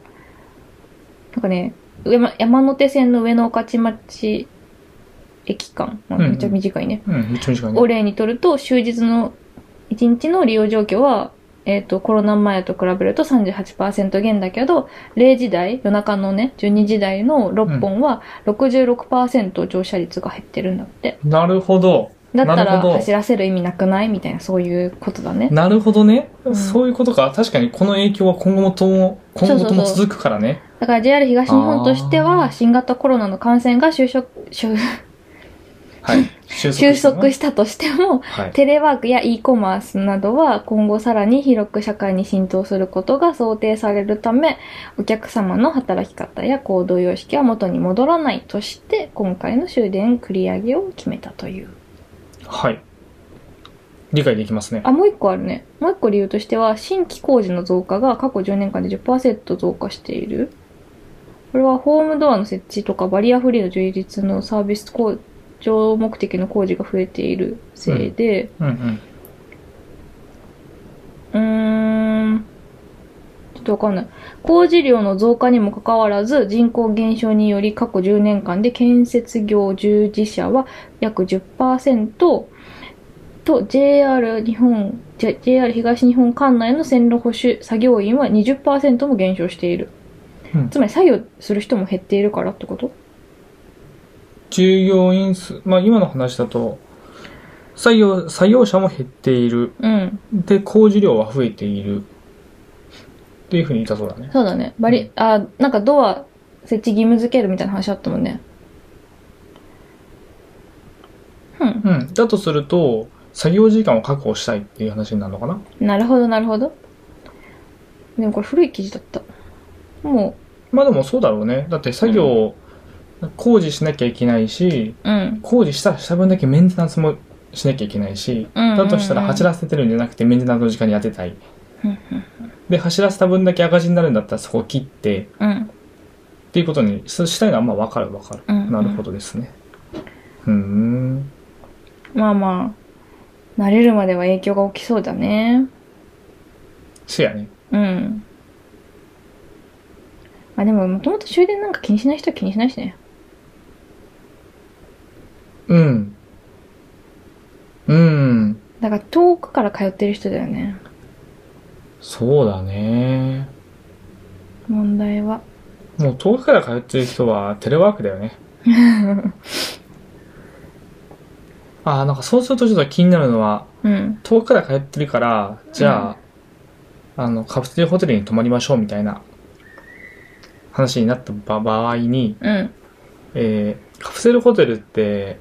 なんかね、山山手線の上野御徒町駅間、まあうんうんめっちゃ短いね、うん、めっちゃ短いをね。例にとると、終日の1日の利用状況は、えっ、と、コロナ前と比べると38%減だけど、0時台、夜中のね、12時台の6本は66%乗車率が減ってるんだって。なるほど。だったなるらほど走らせる意味なくないみたいな、そういうことだね。なるほどね、うんそういうことか。確かにこの影響は今後もとも、今後ともそうそうそう続くからね。だから JR 東日本としてあーは、新型コロナの感染が収束、収はい。収収した束ねしたとしても、はい。テレワークや e コマースなどは今後さらに広く社会に浸透することが想定されるため、お客様の働き方や行動様式は元に戻らないとして、今回の終電繰り上げを決めたという。はい。理解できますね。あ、もう一個あるね。もう一個理由としては、新規工事の増加が過去10年間で10%増加している。これはホームドアの設置とかバリアフリーの充実のサービス向上目的の工事が増えているせいで、うんうん。うーん、ちょっとわかんない。工事量の増加にもかかわらず、人口減少により過去10年間で建設業従事者は約10%と JR 日本、J- JR 東日本管内の線路保守作業員は20%も減少している。うんつまり作業する人も減っているからってこと従業員数、まあ今の話だと、採用、採用者も減っている。うん。で、工事量は増えている。っていうふうに言ったそうだね。そうだね。バリ、あ、なんかドア設置義務付けるみたいな話あったもんね。うん。うん。だとすると、作業時間を確保したいっていう話になるのかななるほど、なるほど。でもこれ古い記事だった。もまあでもそうだろうね。だって作業、工事しなきゃいけないし、う、うん。工事したらした分だけメンテナンスもしなきゃいけないし、うんうんうんだとしたら走らせてるんじゃなくてメンテナンスの時間に当てたい。うんで、走らせた分だけ赤字になるんだったらそこを切って、うん。っていうことにししたいのはまあわかるわかる。うんうんなるほどですね。うーん。まあまあ、慣れるまでは影響が大きそうだね。せやね。うん。まあでも、もともと終電なんか気にしない人は気にしないしね。うん。うん。だから遠くから通ってる人だよね。そうだね。問題は。もう遠くから通ってる人はテレワークだよ [LAUGHS] ね。ああ、なんかそうするとちょっと気になるのは、うん。遠くから通ってるから、じゃあ、あの、カプセルホテルに泊まりましょうみたいな話になった場場合に、うん。えー、カプセルホテルって、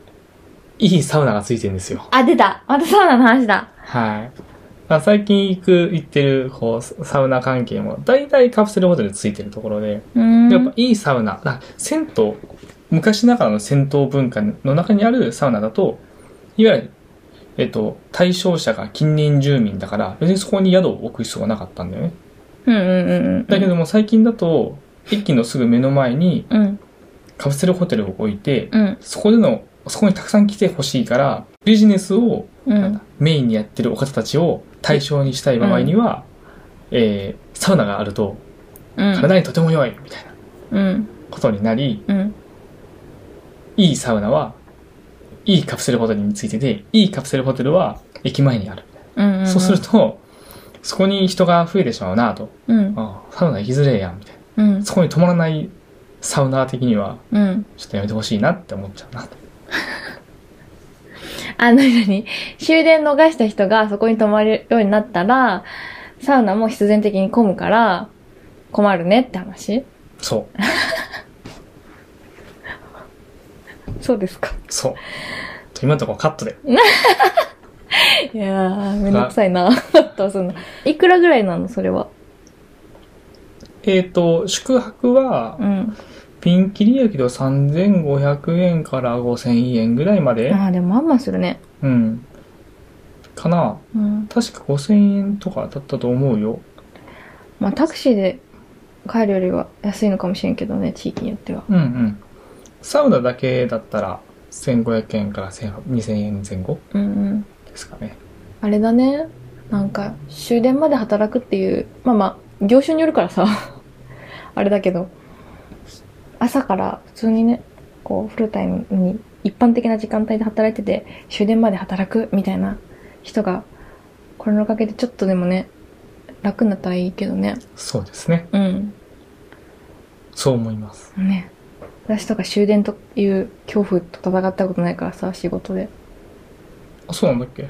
いいサウナがついてるんですよ。あ、出たまたサウナの話だ。はい。まあ最近行く、行ってる、こう、ササウナ関係も、大体カプセルホテルついてるところで、うーん。やっぱいいサウナ、あ銭湯、昔ながらの銭湯文化の中にあるサウナだと、いわゆる、えっと、対象者が近隣住民だから、別にそこに宿を置く必要がなかったんだよね。うんうんうんうん。だけども最近だと、駅のすぐ目の前にうん。カプセルホテルを置いて、うん。そこでの、そこにたくさん来てほしいから、ビジネスをうなんんだ。メインにやってるお方たちを対象にしたい場合には、えーサウナがあるとうん。体にとても良いみたいなうん。ことになり、うん。いいサウナはいいカプセルホテルについてて、いいカプセルホテルは駅前にある。うんうん。そうすると、そこに人が増えてしまうなと。うん。ああサウナ行きづれえやん、みたいうんな。。そこに泊まらないサウナー的には、うん。ちょっとやめてほしいなって思っちゃうなと。あの、何々終電逃した人がそこに泊まるようになったら、サウナも必然的に混むから、困るねって話そう。そうですか。そう。今のところカットで。いやー、めんどくさいな。 [LAUGHS] と、その、いくらぐらいなのそれは。えっ、と、宿泊はう、ん。ピンキリやけど3500円から5000円ぐらいまで、ああ、でもまんまんするね。うん。かなうん。確か5000円とかだったと思うよ。まあ、タクシーで帰るよりは安いのかもしれんけどね、地域によっては。うんうん。サウナだけだったら1500円から1000 2000円前後うんうん。ですかね。あれだね。なんか、終電まで働くっていう、まあまあ、業種によるからさ、 [LAUGHS] あれだけど、朝から普通にね、こう、フルタイムに、一般的な時間帯で働いてて、終電まで働くみたいな人が、これのおかげでちょっとでもね、楽になったらいいけどね。そうですね。うん。そう思います。ね。私とか終電という恐怖と戦ったことないからさ、仕事で。あ、そうなんだっけ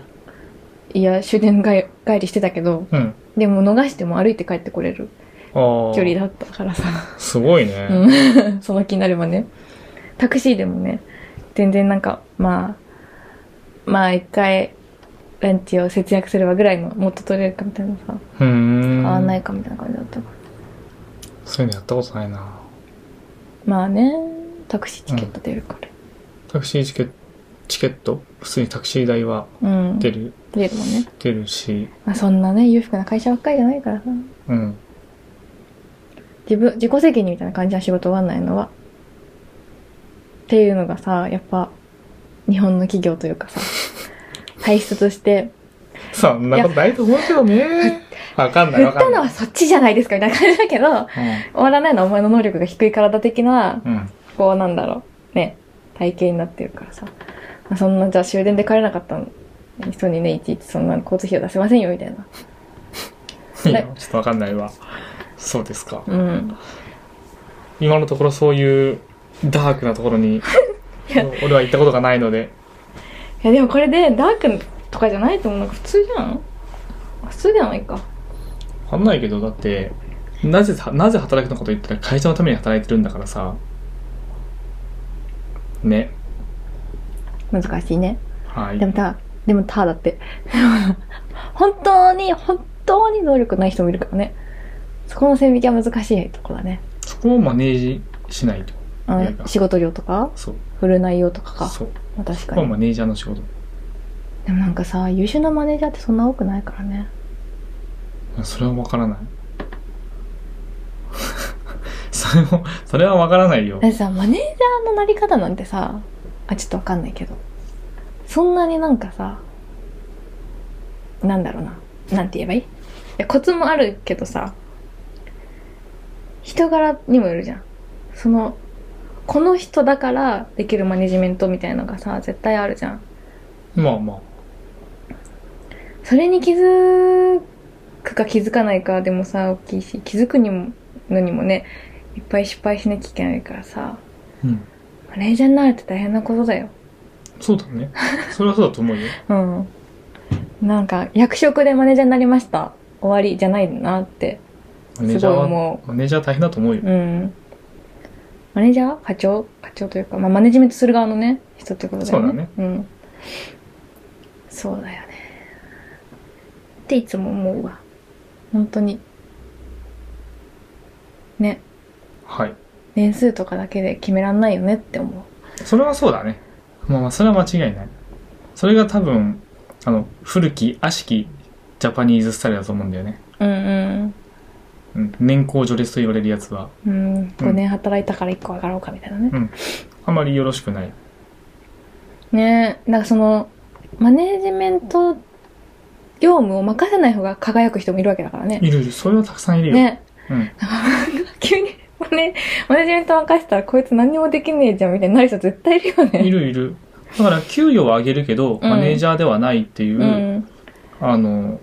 いや、終電が帰りしてたけど、うん。でも逃しても歩いて帰ってこれるああ。距離だったからさ。すごいね。うんその気になればね。タクシーでもね、全然なんか、まあ、まあ一回、ランチを節約すればぐらいの、もっと取れるかみたいなさ、うーん。。合わないいかみたいな感じだったから。そういうのやったことないな。まあね、タクシーチケット出るから。タクシーチケチケット、普通にタクシー代はうん。出る、出るもんね。出るし、まあそんなね、裕福な会社ばっかりじゃないからさ。うん。自分、自己責任みたいな感じの仕事終わんないのは。っていうのがさ、やっぱ、日本の企業というかさ、体質として、そんなことないと思うけどね。わかんない振わっかたんのな。はいそっちじゃないですかみたいな感じだけど、終わらないのはお前の能力が低い体的な、うん。うん。こうなんだろう、ね、体型になってるからさ。まあ、そんな、じゃあ終電で帰れなかったの人にね、いちいちそんな交通費を出せませんよ、みたいな。いや、ちょっとわかんないわ。そうですか。うん。今のところそういうダークなところに [LAUGHS] いや俺は行ったことがないのでいや、でもこれでダークとかじゃないと思う。なんか普通じゃんあ普通じゃないか。わかんないけどだってなぜなぜ働くのかと言ったら会社のために働いてるんだからさね難しいね。はいでもた、でもただって。 [LAUGHS] 本当に、本当に能力ない人もいるからね。そこの線引きは難しいとこだね。そこをマネージしないといあやいやの仕事量とかそう振る内容とかか。そうまあ確そかこはに。マネージャーの仕事でもなんかさ、優秀なマネージャーってそんな多くないからね。それはわからない [LAUGHS] それもそれはわからないよだってさ、マネージャーのなり方なんてさ、あ、ちょっとわかんないけど。そんなになんかさ、なんだろうな。なんて言えばいいいや、コツもあるけどさ、人柄にもよるじゃん。その、この人だからできるマネジメントみたいのがさ、絶対あるじゃん。まあまあそれに気づくか気づかないかでもさ、大きいし、気づくにも、のにもね、いっぱい失敗しなきゃいけないからさ、うんマネージャーになるって大変なことだよ。そうだねそれはそうだと思うようん。なんか、役職でマネージャーになりました。終わりじゃないなって。マネージャー [LAUGHS] すごいは思マネージャー大変だと思うようん。マネージャー課長課長というか、まあ、マネジメントする側のね、人ってことだよね。そうだね。うん。そうだよね。っていつも思うわ。本当に。ね。はい年数とかだけで決めらんないよねって思う。それはそうだね。まあまあ、それは間違いない。それが多分、あの、古き、悪しきジャパニーズスタイルだと思うんだよね。うんうん。年功序列と言われるやつは、うん。うん。5年働いたから1個上がろうかみたいなね。あまりよろしくない。ねえ、なんかその、マネージメント業務を任せない方が輝く人もいるわけだからね。いるいる、それはたくさんいるよ。ねうん。急にマネ、マネジメント任せたらこいつ何にもできねえじゃんみたいになる人絶対いるよいね。るいる。だから、給与を上げるけど、うんマネージャーではないっていう、うん。あの、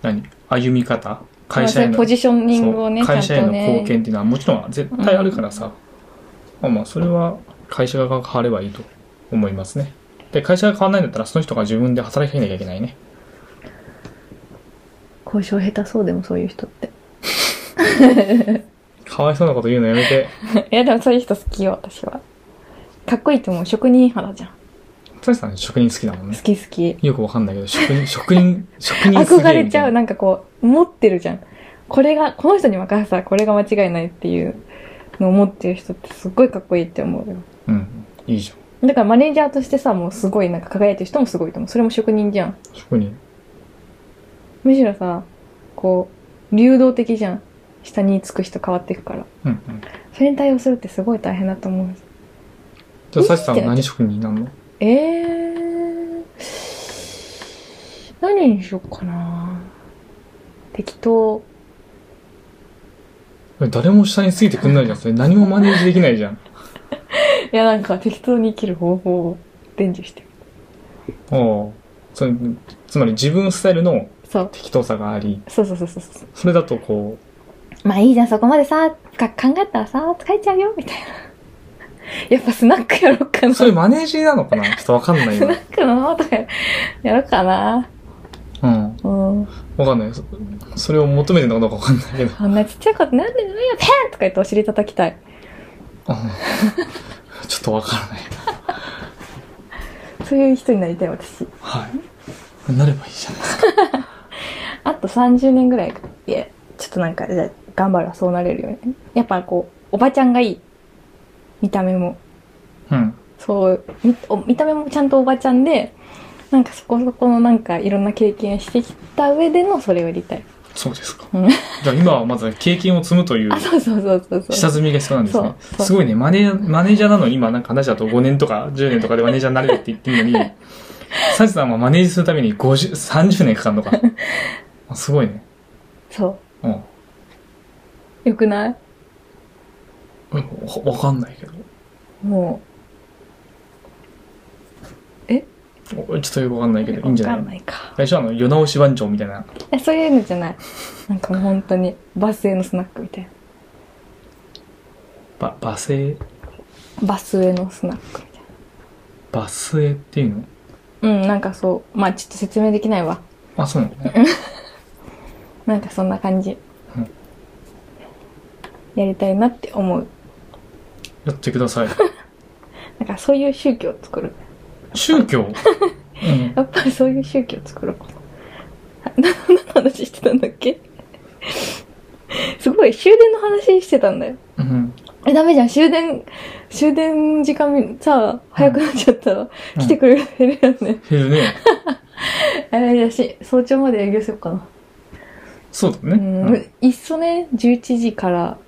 何歩み方会まあそ社うへいうの、ポジショニングをそね、う会ち社ゃへんのと貢ね。献っていうのはもちろん絶対あるからさ。まあまあ、それは会社が変わればいいと思いますね。で、会社が変わらないんだったら、その人が自分で働きかけなきゃいけないね。交渉下手そうでもそういう人って。 [LAUGHS] かわいそうなこと言うのやめて。 [LAUGHS] いやでもそういう人好きよ、私は。かっこいいと思う。職人肌じゃん。トシさん職人好きだもん好ね。き好き。よくわかんないけど、職人、職 [LAUGHS] 人、職人すげ憧えれみちたゃう。いな。なんかこう、持ってるじゃん。これが、この人に任せたらこれが間違いないっていうのを持ってる人ってすっごいかっこいいって思うよ。うん。いいじゃん。だからマネージャーとしてさ、もうすごいなんか輝いてる人もすごいと思う。それも職人じゃん。職人。むしろさ、こう、流動的じゃん。下につく人変わっていくから。うんうん。それに対応するってすごい大変だと思う。じゃあ、サチさんは何職人になるのえー。何にしようかな適当。誰も下についてくんないじゃん。それ何もマネージできないじゃん。いや、なんか適当に生きる方法を伝授してる。おうそれつまり自分スタイルのそう。適当さがあり、そうそうそうそうそそれだとこう。まあいいじゃん、そこまでさ、深く考えたらさ、疲れちゃうよ、みたいな。やっぱスナックやろうかう、な。それマネージなのかなちょっとわかんないスナな。ックのままとかやろうかな。うん。うん。わかんない。そそれを求めてるのかどうかわかんない [LAUGHS] けど。あんなちっちゃい子ってなんで、うんや、ペンとか言ってお尻叩きたい。うんちょっとわからない。そういう人になりたい、私。はい。なればいいじゃないですか。あと30年ぐらいで、ちょっとなんか、じゃあ頑張るわ、そうなれるよね。やっぱこう、おばちゃんがいい。見た目も。うん。そう、みお見た目もちゃんとおばちゃんで、なんかそこそこのなんかいろんな経験してきた上でのそれをやりたい。そうですか。うんじゃあ今はまず経験を積むというあ、そうそうそうそうそう。下積みが必要なんですねそう。そうすごいね、マネー、マネージャーなのに今なんか話だと5年とか10年とかでマネージャーになれるって言ってるのに、サチさんはマネージするために50、30年かかるのか。あすごいね。そうん。う。よくないうんわわかんないけど。もおちょっとよくわかんないけど、う、いいんじゃわなかいんないか。最初はあの、世直し番長みたいな。え、そういうのじゃない。なんかもう本当に、バスへのスナックみたいな。ば、バセ、バスへのスナックみたいバスエっていうのな。うん、なんかそう。まあちょっと説明できないわ。あ、そうなのね。なんかそんな感じ。うんやりたいなって思う。やってくだ [LAUGHS] さい。なんかそういう宗教を作る。宗教うん。やっぱりそういう宗教を作ろう。何の話してたんだっけすごい、終電の話してたんだよ。うん。え、ダメじゃん、終電、終電時間みさ、早くなっちゃったら、来てくれるよね。減るね。え、じゃあし、早朝まで営業しようかな。そうだね。うん、いっそね、11時から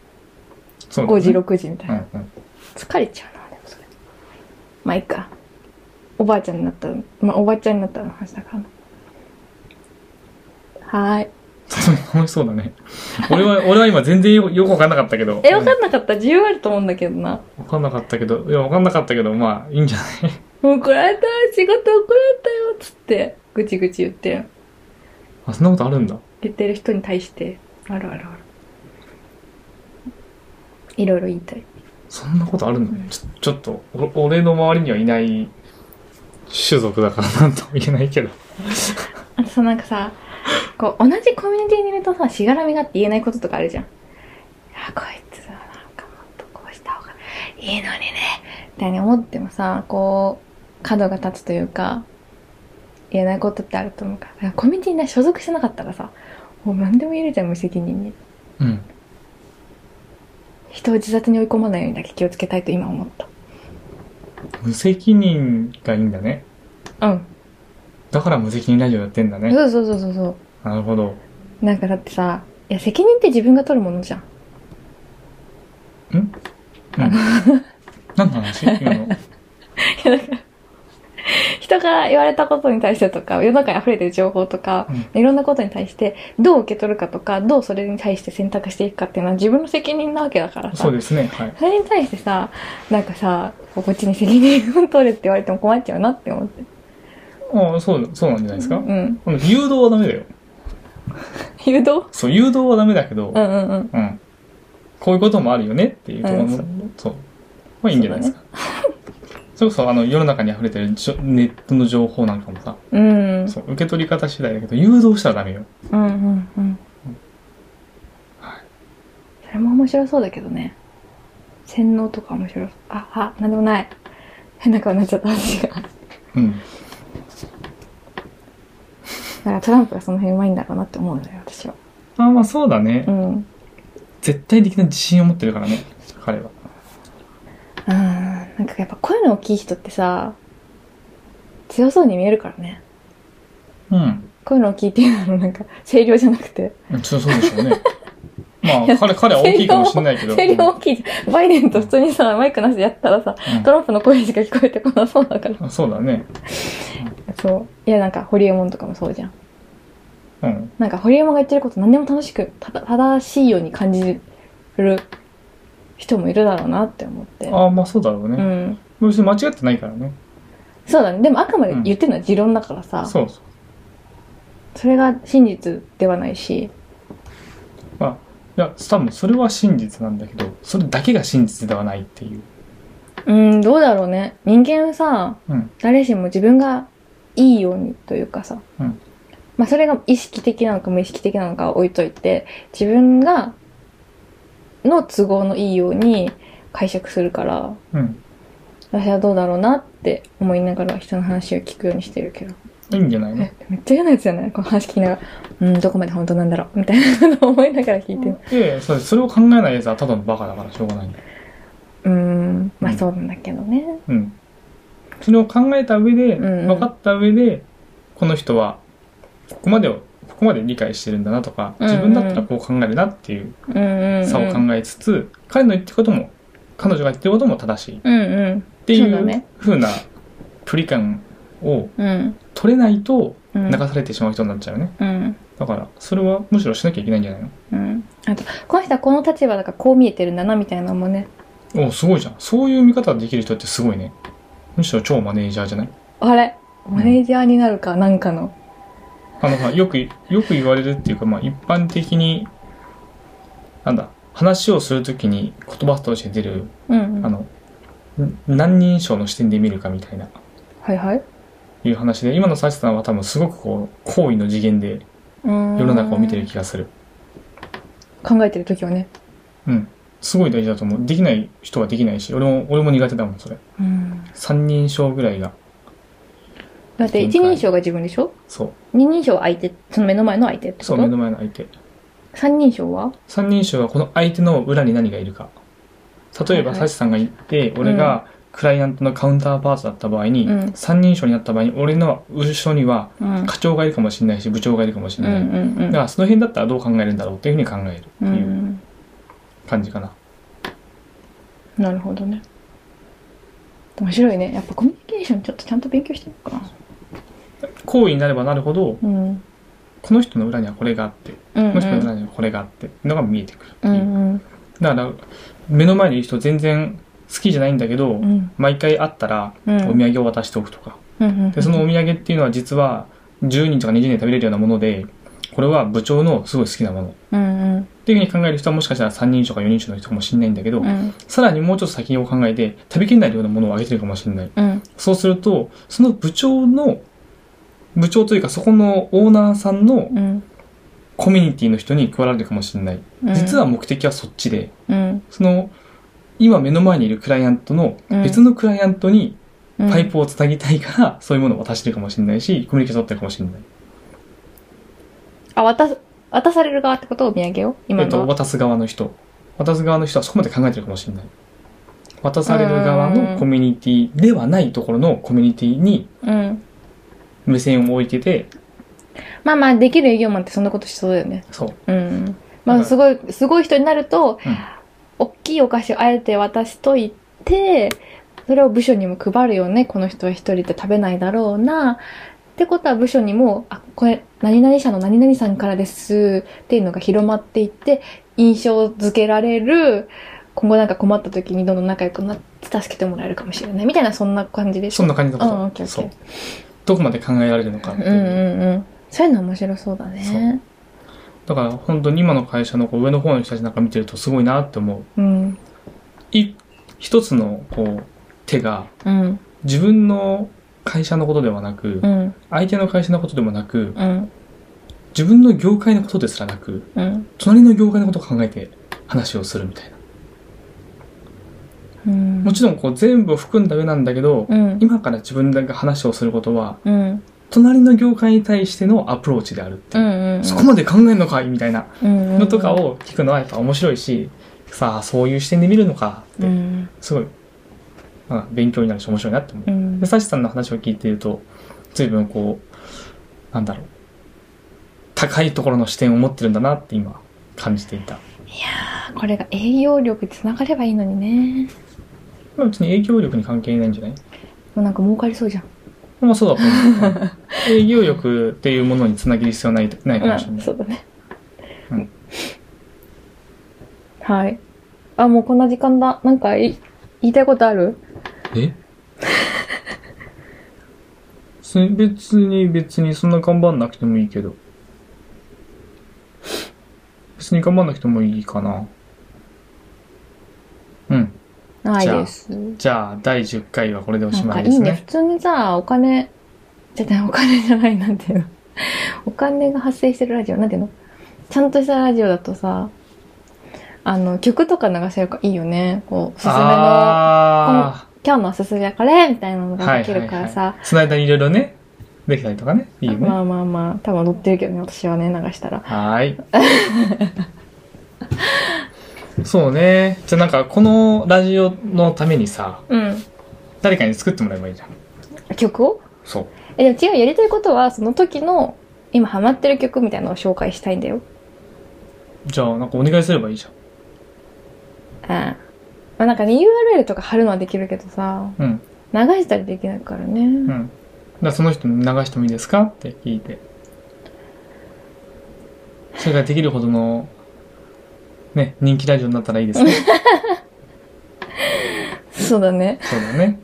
そうだね5時、6時みたいうな。んうん。疲れちゃうな、でもそれ。まあいいか。おばあちゃんになったら、まあおばあちゃんになったらの話だからな。はーい。楽しそうだね。俺は、俺は今全然よよくわかんなかったけど。え、わかうんなかった自由あると思うんだけどな。んわかんなかったけど、いや、わかんなかったけど、まあ、いいんじゃないもう怒られた、仕事怒られたよ、つって、ぐちぐち言って、あ、そんなことあるんだ。言ってる人に対して、あるあるある。いろいろ言いたい。そんなことあるんだね。ちょちょっと、お俺の周りにはいない種族だからなんとも言えないけど。あとさ、なんかさ、こう、同じコミュニティにいるとさ、しがらみがあって言えないこととかあるじゃん。あ、こいつはなんかもっとこうした方がいいのにね、みたいに思ってもさ、こう、角が立つというか、言えないことってあると思うから、だからコミュニティに所属してなかったらさ、もう何でも言えるじゃん、無責任に。うん。人を自殺に追い込まないようにだけ気をつけたいと今思っ無責任がいいんだね。た。うん。だから無責任ラジオやってんだね。そうそうそうそうそなるほど。う。なんかだってさ、いや、責任って自分が取るものじゃん。うん。何の [LAUGHS] 話今の。人が言われたことに対してとか、世の中に溢れてる情報とか、ういろんなことに対して、どう受け取るかとか、どうそれに対して選択していくかっていうのは自分の責任なわけだからさ。そうですね。はい。それに対してさ、なんかさ、こっちに責任を取れって言われても困っちゃうなって思って。ああ、そう、そうなんじゃないですか。うん。この誘導はダメだよ。誘導そう、誘導はダメだけど、うんうんうん。うん。こういうこともあるよねっていうところも、そう。まあいいんじゃないですか。それこそ、あの、世の中に溢れてるじょネットの情報なんかもさ、うん。そう、受け取り方次第だけど、誘導したらダメよ。うんうんうん。それも面白そうだけどね。洗脳とか面白そう。あ、あ、なんでもない。変な顔になっちゃった私が。だかうん。らトランプがその辺うまいんだろうなって思うのよ、私は。ああ、まあそうだね。うん。絶対的な自信を持ってるからね、彼は。うんなんかやっぱ声の大きい人ってさ、強そうに見えるからね。うん。声の大きいっていうのはなんか、声量じゃなくて。そうそうでしょ [LAUGHS] うね。まあ、彼、彼は大きいかもしれないけど。声量う大きいじゃん。バイデンと普通にさ、マイクなしでやったらさ、んトランプの声しか聞こえてこなそうだから。うんそうだね。そう。いやなんか、ホリエモンとかもそうじゃん。うん。なんか、堀山が言ってること何でも楽しく、ただ、正しいように感じる人もいるだろうなって思って。ああ、まあそうだろううね。ん。別に間違ってないからね。そうだね。でも、あくまで言ってるのは持論だからさ、そうそう。それが真実ではないし、まあ、いや、多分それは真実なんだけど、それだけが真実ではないっていう。うん、どうだろうね。人間さ、うん。誰しも自分がいいようにというかさ、うんまあそれが意識的なのか無意識的なのかは置いといて、自分が、の都合のいいように解釈するから、うん。私はどうだろうなって思いながら人の話を聞くようにしてるけど。いいんじゃないのえ、めっちゃ嫌なやつじゃないこの話聞きながら、うん、どこまで本当なんだろうみたいなのを思いながら聞いてる。ええ、それそれを考えないやつはただのバカだからしょうがない。うん、まあそうなんだけどね。うん。それを考えた上で、うんうん分かった上で、この人は、ここまでを、ここまで理解してるんだなとか、うんうん自分だったらこう考えるなっていううんうん、うん。差を考えつつ、彼の言ってることも、彼女が言ってることも正しいっうんうん。ていそうだうね風な距離感をうん。取れないと、うん。流されてしまう人になっちゃうよね。うん。だから、それはむしろしなきゃいけないんじゃないうん。あと、この人はこの立場だからこう見えてるんだな、みたいなのもね。のおすごいじゃん。そういう見方できる人ってすごいね。むしろ超マネージャーじゃないあれマネージャーになるか、なんかの。あの、まあ、よく、よく言われるっていうか、まあ、一般的に、なんだ、話をするときに言葉として出る、うん、あうん。の、ん何人称の視点で見るかみたいな、はいはい。いう話で、今のサチさんは多分すごくこう、好意の次元で世世のの中を見てる。気がする。考えてる時はね。うん。すごい大事だと思う。できない人はできないし、俺も、俺も苦手だもん、それ。うん。三人称ぐらいが、だって、一人称が自分でしょそう、二人称は相手、その目の前の相手ってことそう、目の前の相手。三人称は三人称はこの相手の裏に何がいるか。例えば、はいサはいチさんがいて、俺がクライアントのカウンターパートだった場合にうん、三、人称になった場合に、俺の後ろにはうん。うん課長がいるかもしれないし、部長がいるかもしうれない。んうだんから、その辺だったらどう考えるんだろうっていうふうに考えるってう。いうん感じかな。なるほどね。面白いね。やっぱコミュニケーションちょっとちゃんと勉強してみようかな。行為になればなるほど、うん。うんこの人の裏にはこれがあって、うん。この人の裏にはこれがあって、のが見えてくるってういうんうん。だから、目の前にいる人全然好きじゃないんだけど、うん。毎回会ったら、うおん。土産を渡しておくとか。うん。で、そのお土産っていうのは実は10人とか20人で食べれるようなもので、これは部長のすごい好きなもの。っうんうん。ていうふうに考える人はもしかしたら3人称か4人称の人かもしれないんだけど、うん。さらにもうちょっと先を考えて食べきれないようなものをあげてるかもしれない。うん。そうすると、その部長の、部長というかそこのオーナーさんのうん。コミュニティの人に加わられるかもしれない。うん実は、目的はそっちで、うん、その、今目の前にいるクライアントの別のクライアントにパイプをつなぎたいから、そういうものを渡してるかもしれないし、コミュニケーション取ってるかもしれない。あ、渡す、渡される側ってことお土産をえ今っと、のは。渡す側の人。渡す側の人はそこまで考えてるかもしれない。渡される側のコミュニティではないところのコミュニティにうん。目線を置いてて、まあまあ、できる営業マンってそんなことしそうだよね。そう。うん。まうんあ、すごい、すごい人になると、うん大きいお菓子をあえて渡しといて、それを部署にも配るよね。この人は一人で食べないだろうな。ってことは部署にも、あ、これ、何々社の何々さんからですっていうのが広まっていって、印象付けられる、今後なんか困った時にどんどん仲良くなって助けてもらえるかもしれない。みたいな、そんな感じでしょそんな感じのうんオこッケーと。オッケそう。ーどこまで考えられるのかっていうう。んうんうん。そういうの面白そうだね。だから本当に今の会社のこう上の方の人たちなんか見てるとすごいなって思う。うん。い一つのこう手がうん。自分の会社のことではなく、うん。相手の会社のことでもなく、うん。自分の業界のことですらなく、うん。隣の業界のことを考えて話をするみたいな。うん。もちろんこう全部を含んだ上なんだけど、うん。今から自分が話をすることは、うん。隣の業界に対してのアプローチであるってういう。ん。うん。そこまで考えんのかいみたいなうん。のとか。を聞くのはやっぱ面白いし、さあ、そういう視点で見るのかっうて、ん。すごい、まあ、勉強になるし面白いなって思うう。んで、。サシさんの話を聞いてると、随分こう、なんだろう、高いところの視点を持ってるんだなって今、感じていた。これが営業力につながればいいのにね。まあ別に影響力に関係ないんじゃないもうなんか儲かりそうじゃん。まあそうだと思う。営業力っていうものにつなげる必要はないないかもしれうん、ない。そうだね。うんはい。あ、もうこんな時間だ。なんかい言いたいことある [LAUGHS] えす別に別にそんな頑張んなくてもいいけど。別に頑張んなくてもいいかな。うん。ないじゃあです。じゃあ、第10回はこれでおなしんまかいいでいすね。ね普。通にさ、お金、じゃあお金じゃない、なんていうの。 [LAUGHS] お金が発生してるラジオ、なんていうのちゃんとしたラジオだとさ、あの、曲とか流せるからいいよね。こう、おすすめの、あ今日のおすすめはこれみたいなのあ、はがいできはいるからさ、はい。その間にいろいろね、できたりとかね。いいよね。まあまあまあ、多分乗ってるけどね、私はね、流したら。はーい。そうね。じゃあなんか、このラジオのためにさ、うん。誰かに作ってもらえばいいじゃん。曲をそう。え、でも違う、やりたいことは、その時の、今ハマってる曲みたいなのを紹介したいんだよ。じゃあ、なんかお願いすればいいじうん。まあなんかね、URL とか貼るのはできるけどさ、ゃん。うん。流したりできないからね。うん。だからその人に流してもいいですかって聞いて。それができるほどの、ね、人気ラジオになったらいいですね。そうだね。そうだね。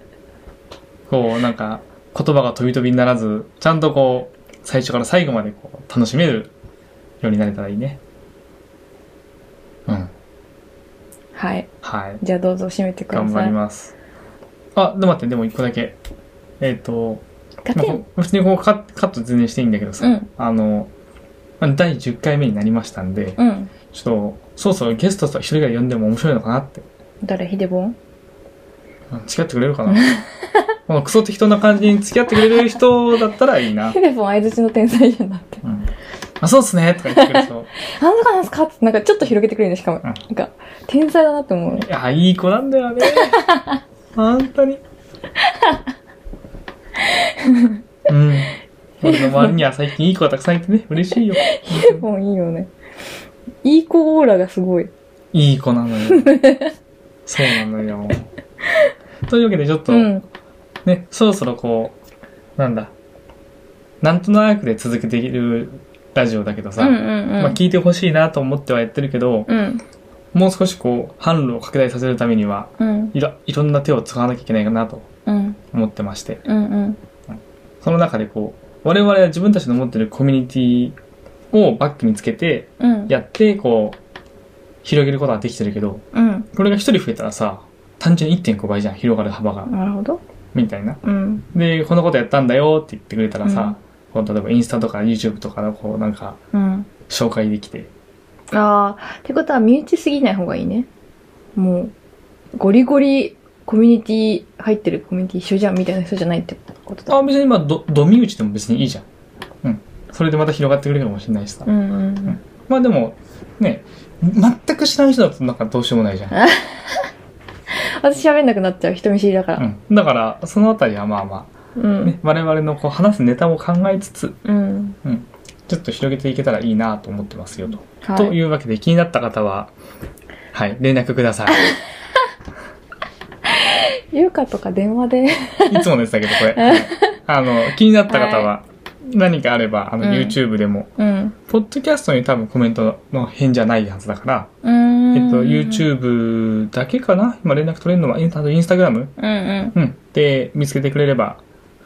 こう、なんか、言葉が飛び飛びにならず、ちゃんとこう、最初から最後までこう楽しめるようになれたらいいね。うん。はい。はい。じゃあどうぞ締めてくださ頑い。張ります。あ、でも待って、でも一個だけ。えっ、と、勝まあ [LAUGHS] てんこう普通にこうカッカット全然していいんだけどさ、うんあの、まあ第10回目になりましたんで、うん。ちょっと、そろそろゲストと一人ぐらい呼んでも面白いのかなって。誰ヒデボンうん付き合ってくれるかな [LAUGHS] このクソ適当な感じに付き合ってくれる人だったらいいなヒ。デボン相づちの天才じゃなくて。うんあ、そうっすねとか言ってくる [LAUGHS] と、あんなかなんすかって、なんかちょっと広げてくれるね、しかも。んなんか、天才だなって思う。いや、いい子なんだよ [LAUGHS] ね。本当に。うん。俺の周りには最近いい子がたくさんいてね、嬉しいよ。ヒデボンいいよね。いい子オーラがすごい。いい子なのよ。そうなのよ。というわけで、ちょっと、うん。ね、そろそろこう、なんだ、なんとなくで続けているラジオだけどさ、うんうんうんまあ聞いてほしいなと思ってはやってるけど、うん。もう少しこう、販路を拡大させるためには、うん。いろいろんな手を使わなきゃいけないかなとうん。思ってまして、うん。うん。その中でこう、我々は自分たちの持ってるコミュニティをバックにつけて、うん。やって、こう、広げることはできてるけど、うん。これが一人増えたらさ、単純に1.5倍じゃん、広がる幅が、なるほど。みたいな。うん。で、こんなことやったんだよって言ってくれたらさ、こう例えばインスタとか YouTube とかのこうなんかうん。紹介できて、ああ、ってことは身内すぎない方がいいね。もう、ゴリゴリコミュニティ、入ってるコミュニティ一緒じゃんみたいな人じゃないってことだ。あ、別にまあ、ど、ドミ打ちでも別にいいじゃん。うん。それでまた広がってくれるかもしれないしさ。うんうんまあでも、ね、全く知らん人だとなんかどうしようもないじゃん。私喋んなくなっちゃう。人見知りだから。うん、だから、そのあたりはまあまうあ、ねん。、我々のこう話すネタを考えつつ、うん。ちょっと広げていけたらいいなと思ってますよと。はとい。いうわけで、気になった方は、はい、連絡くだ [LAUGHS] さい。ゆうかとか電話で。いつもでしたけど、これ。はいあの、気になった方は、何かあれば、あの、うん YouTube でも、うん。ポッドキャストに多分コメントの返じゃないはずだから、うーん。えっと、。YouTube だけかな今連絡取れるのは、インスタあとインスタグラムうんうん。うん。で、見つけてくれれば、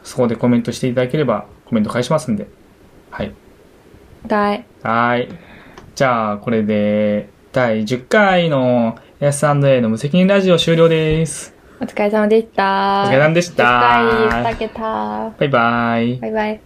そこでコメントしていただければ、コメント返しますんで。はい。だい。はーい。じゃあ、これで、第10回の S&A の無責任ラジオ終了です。お疲れ様でした。お疲れ様でした10回、2桁。バイバイ。バイバイ。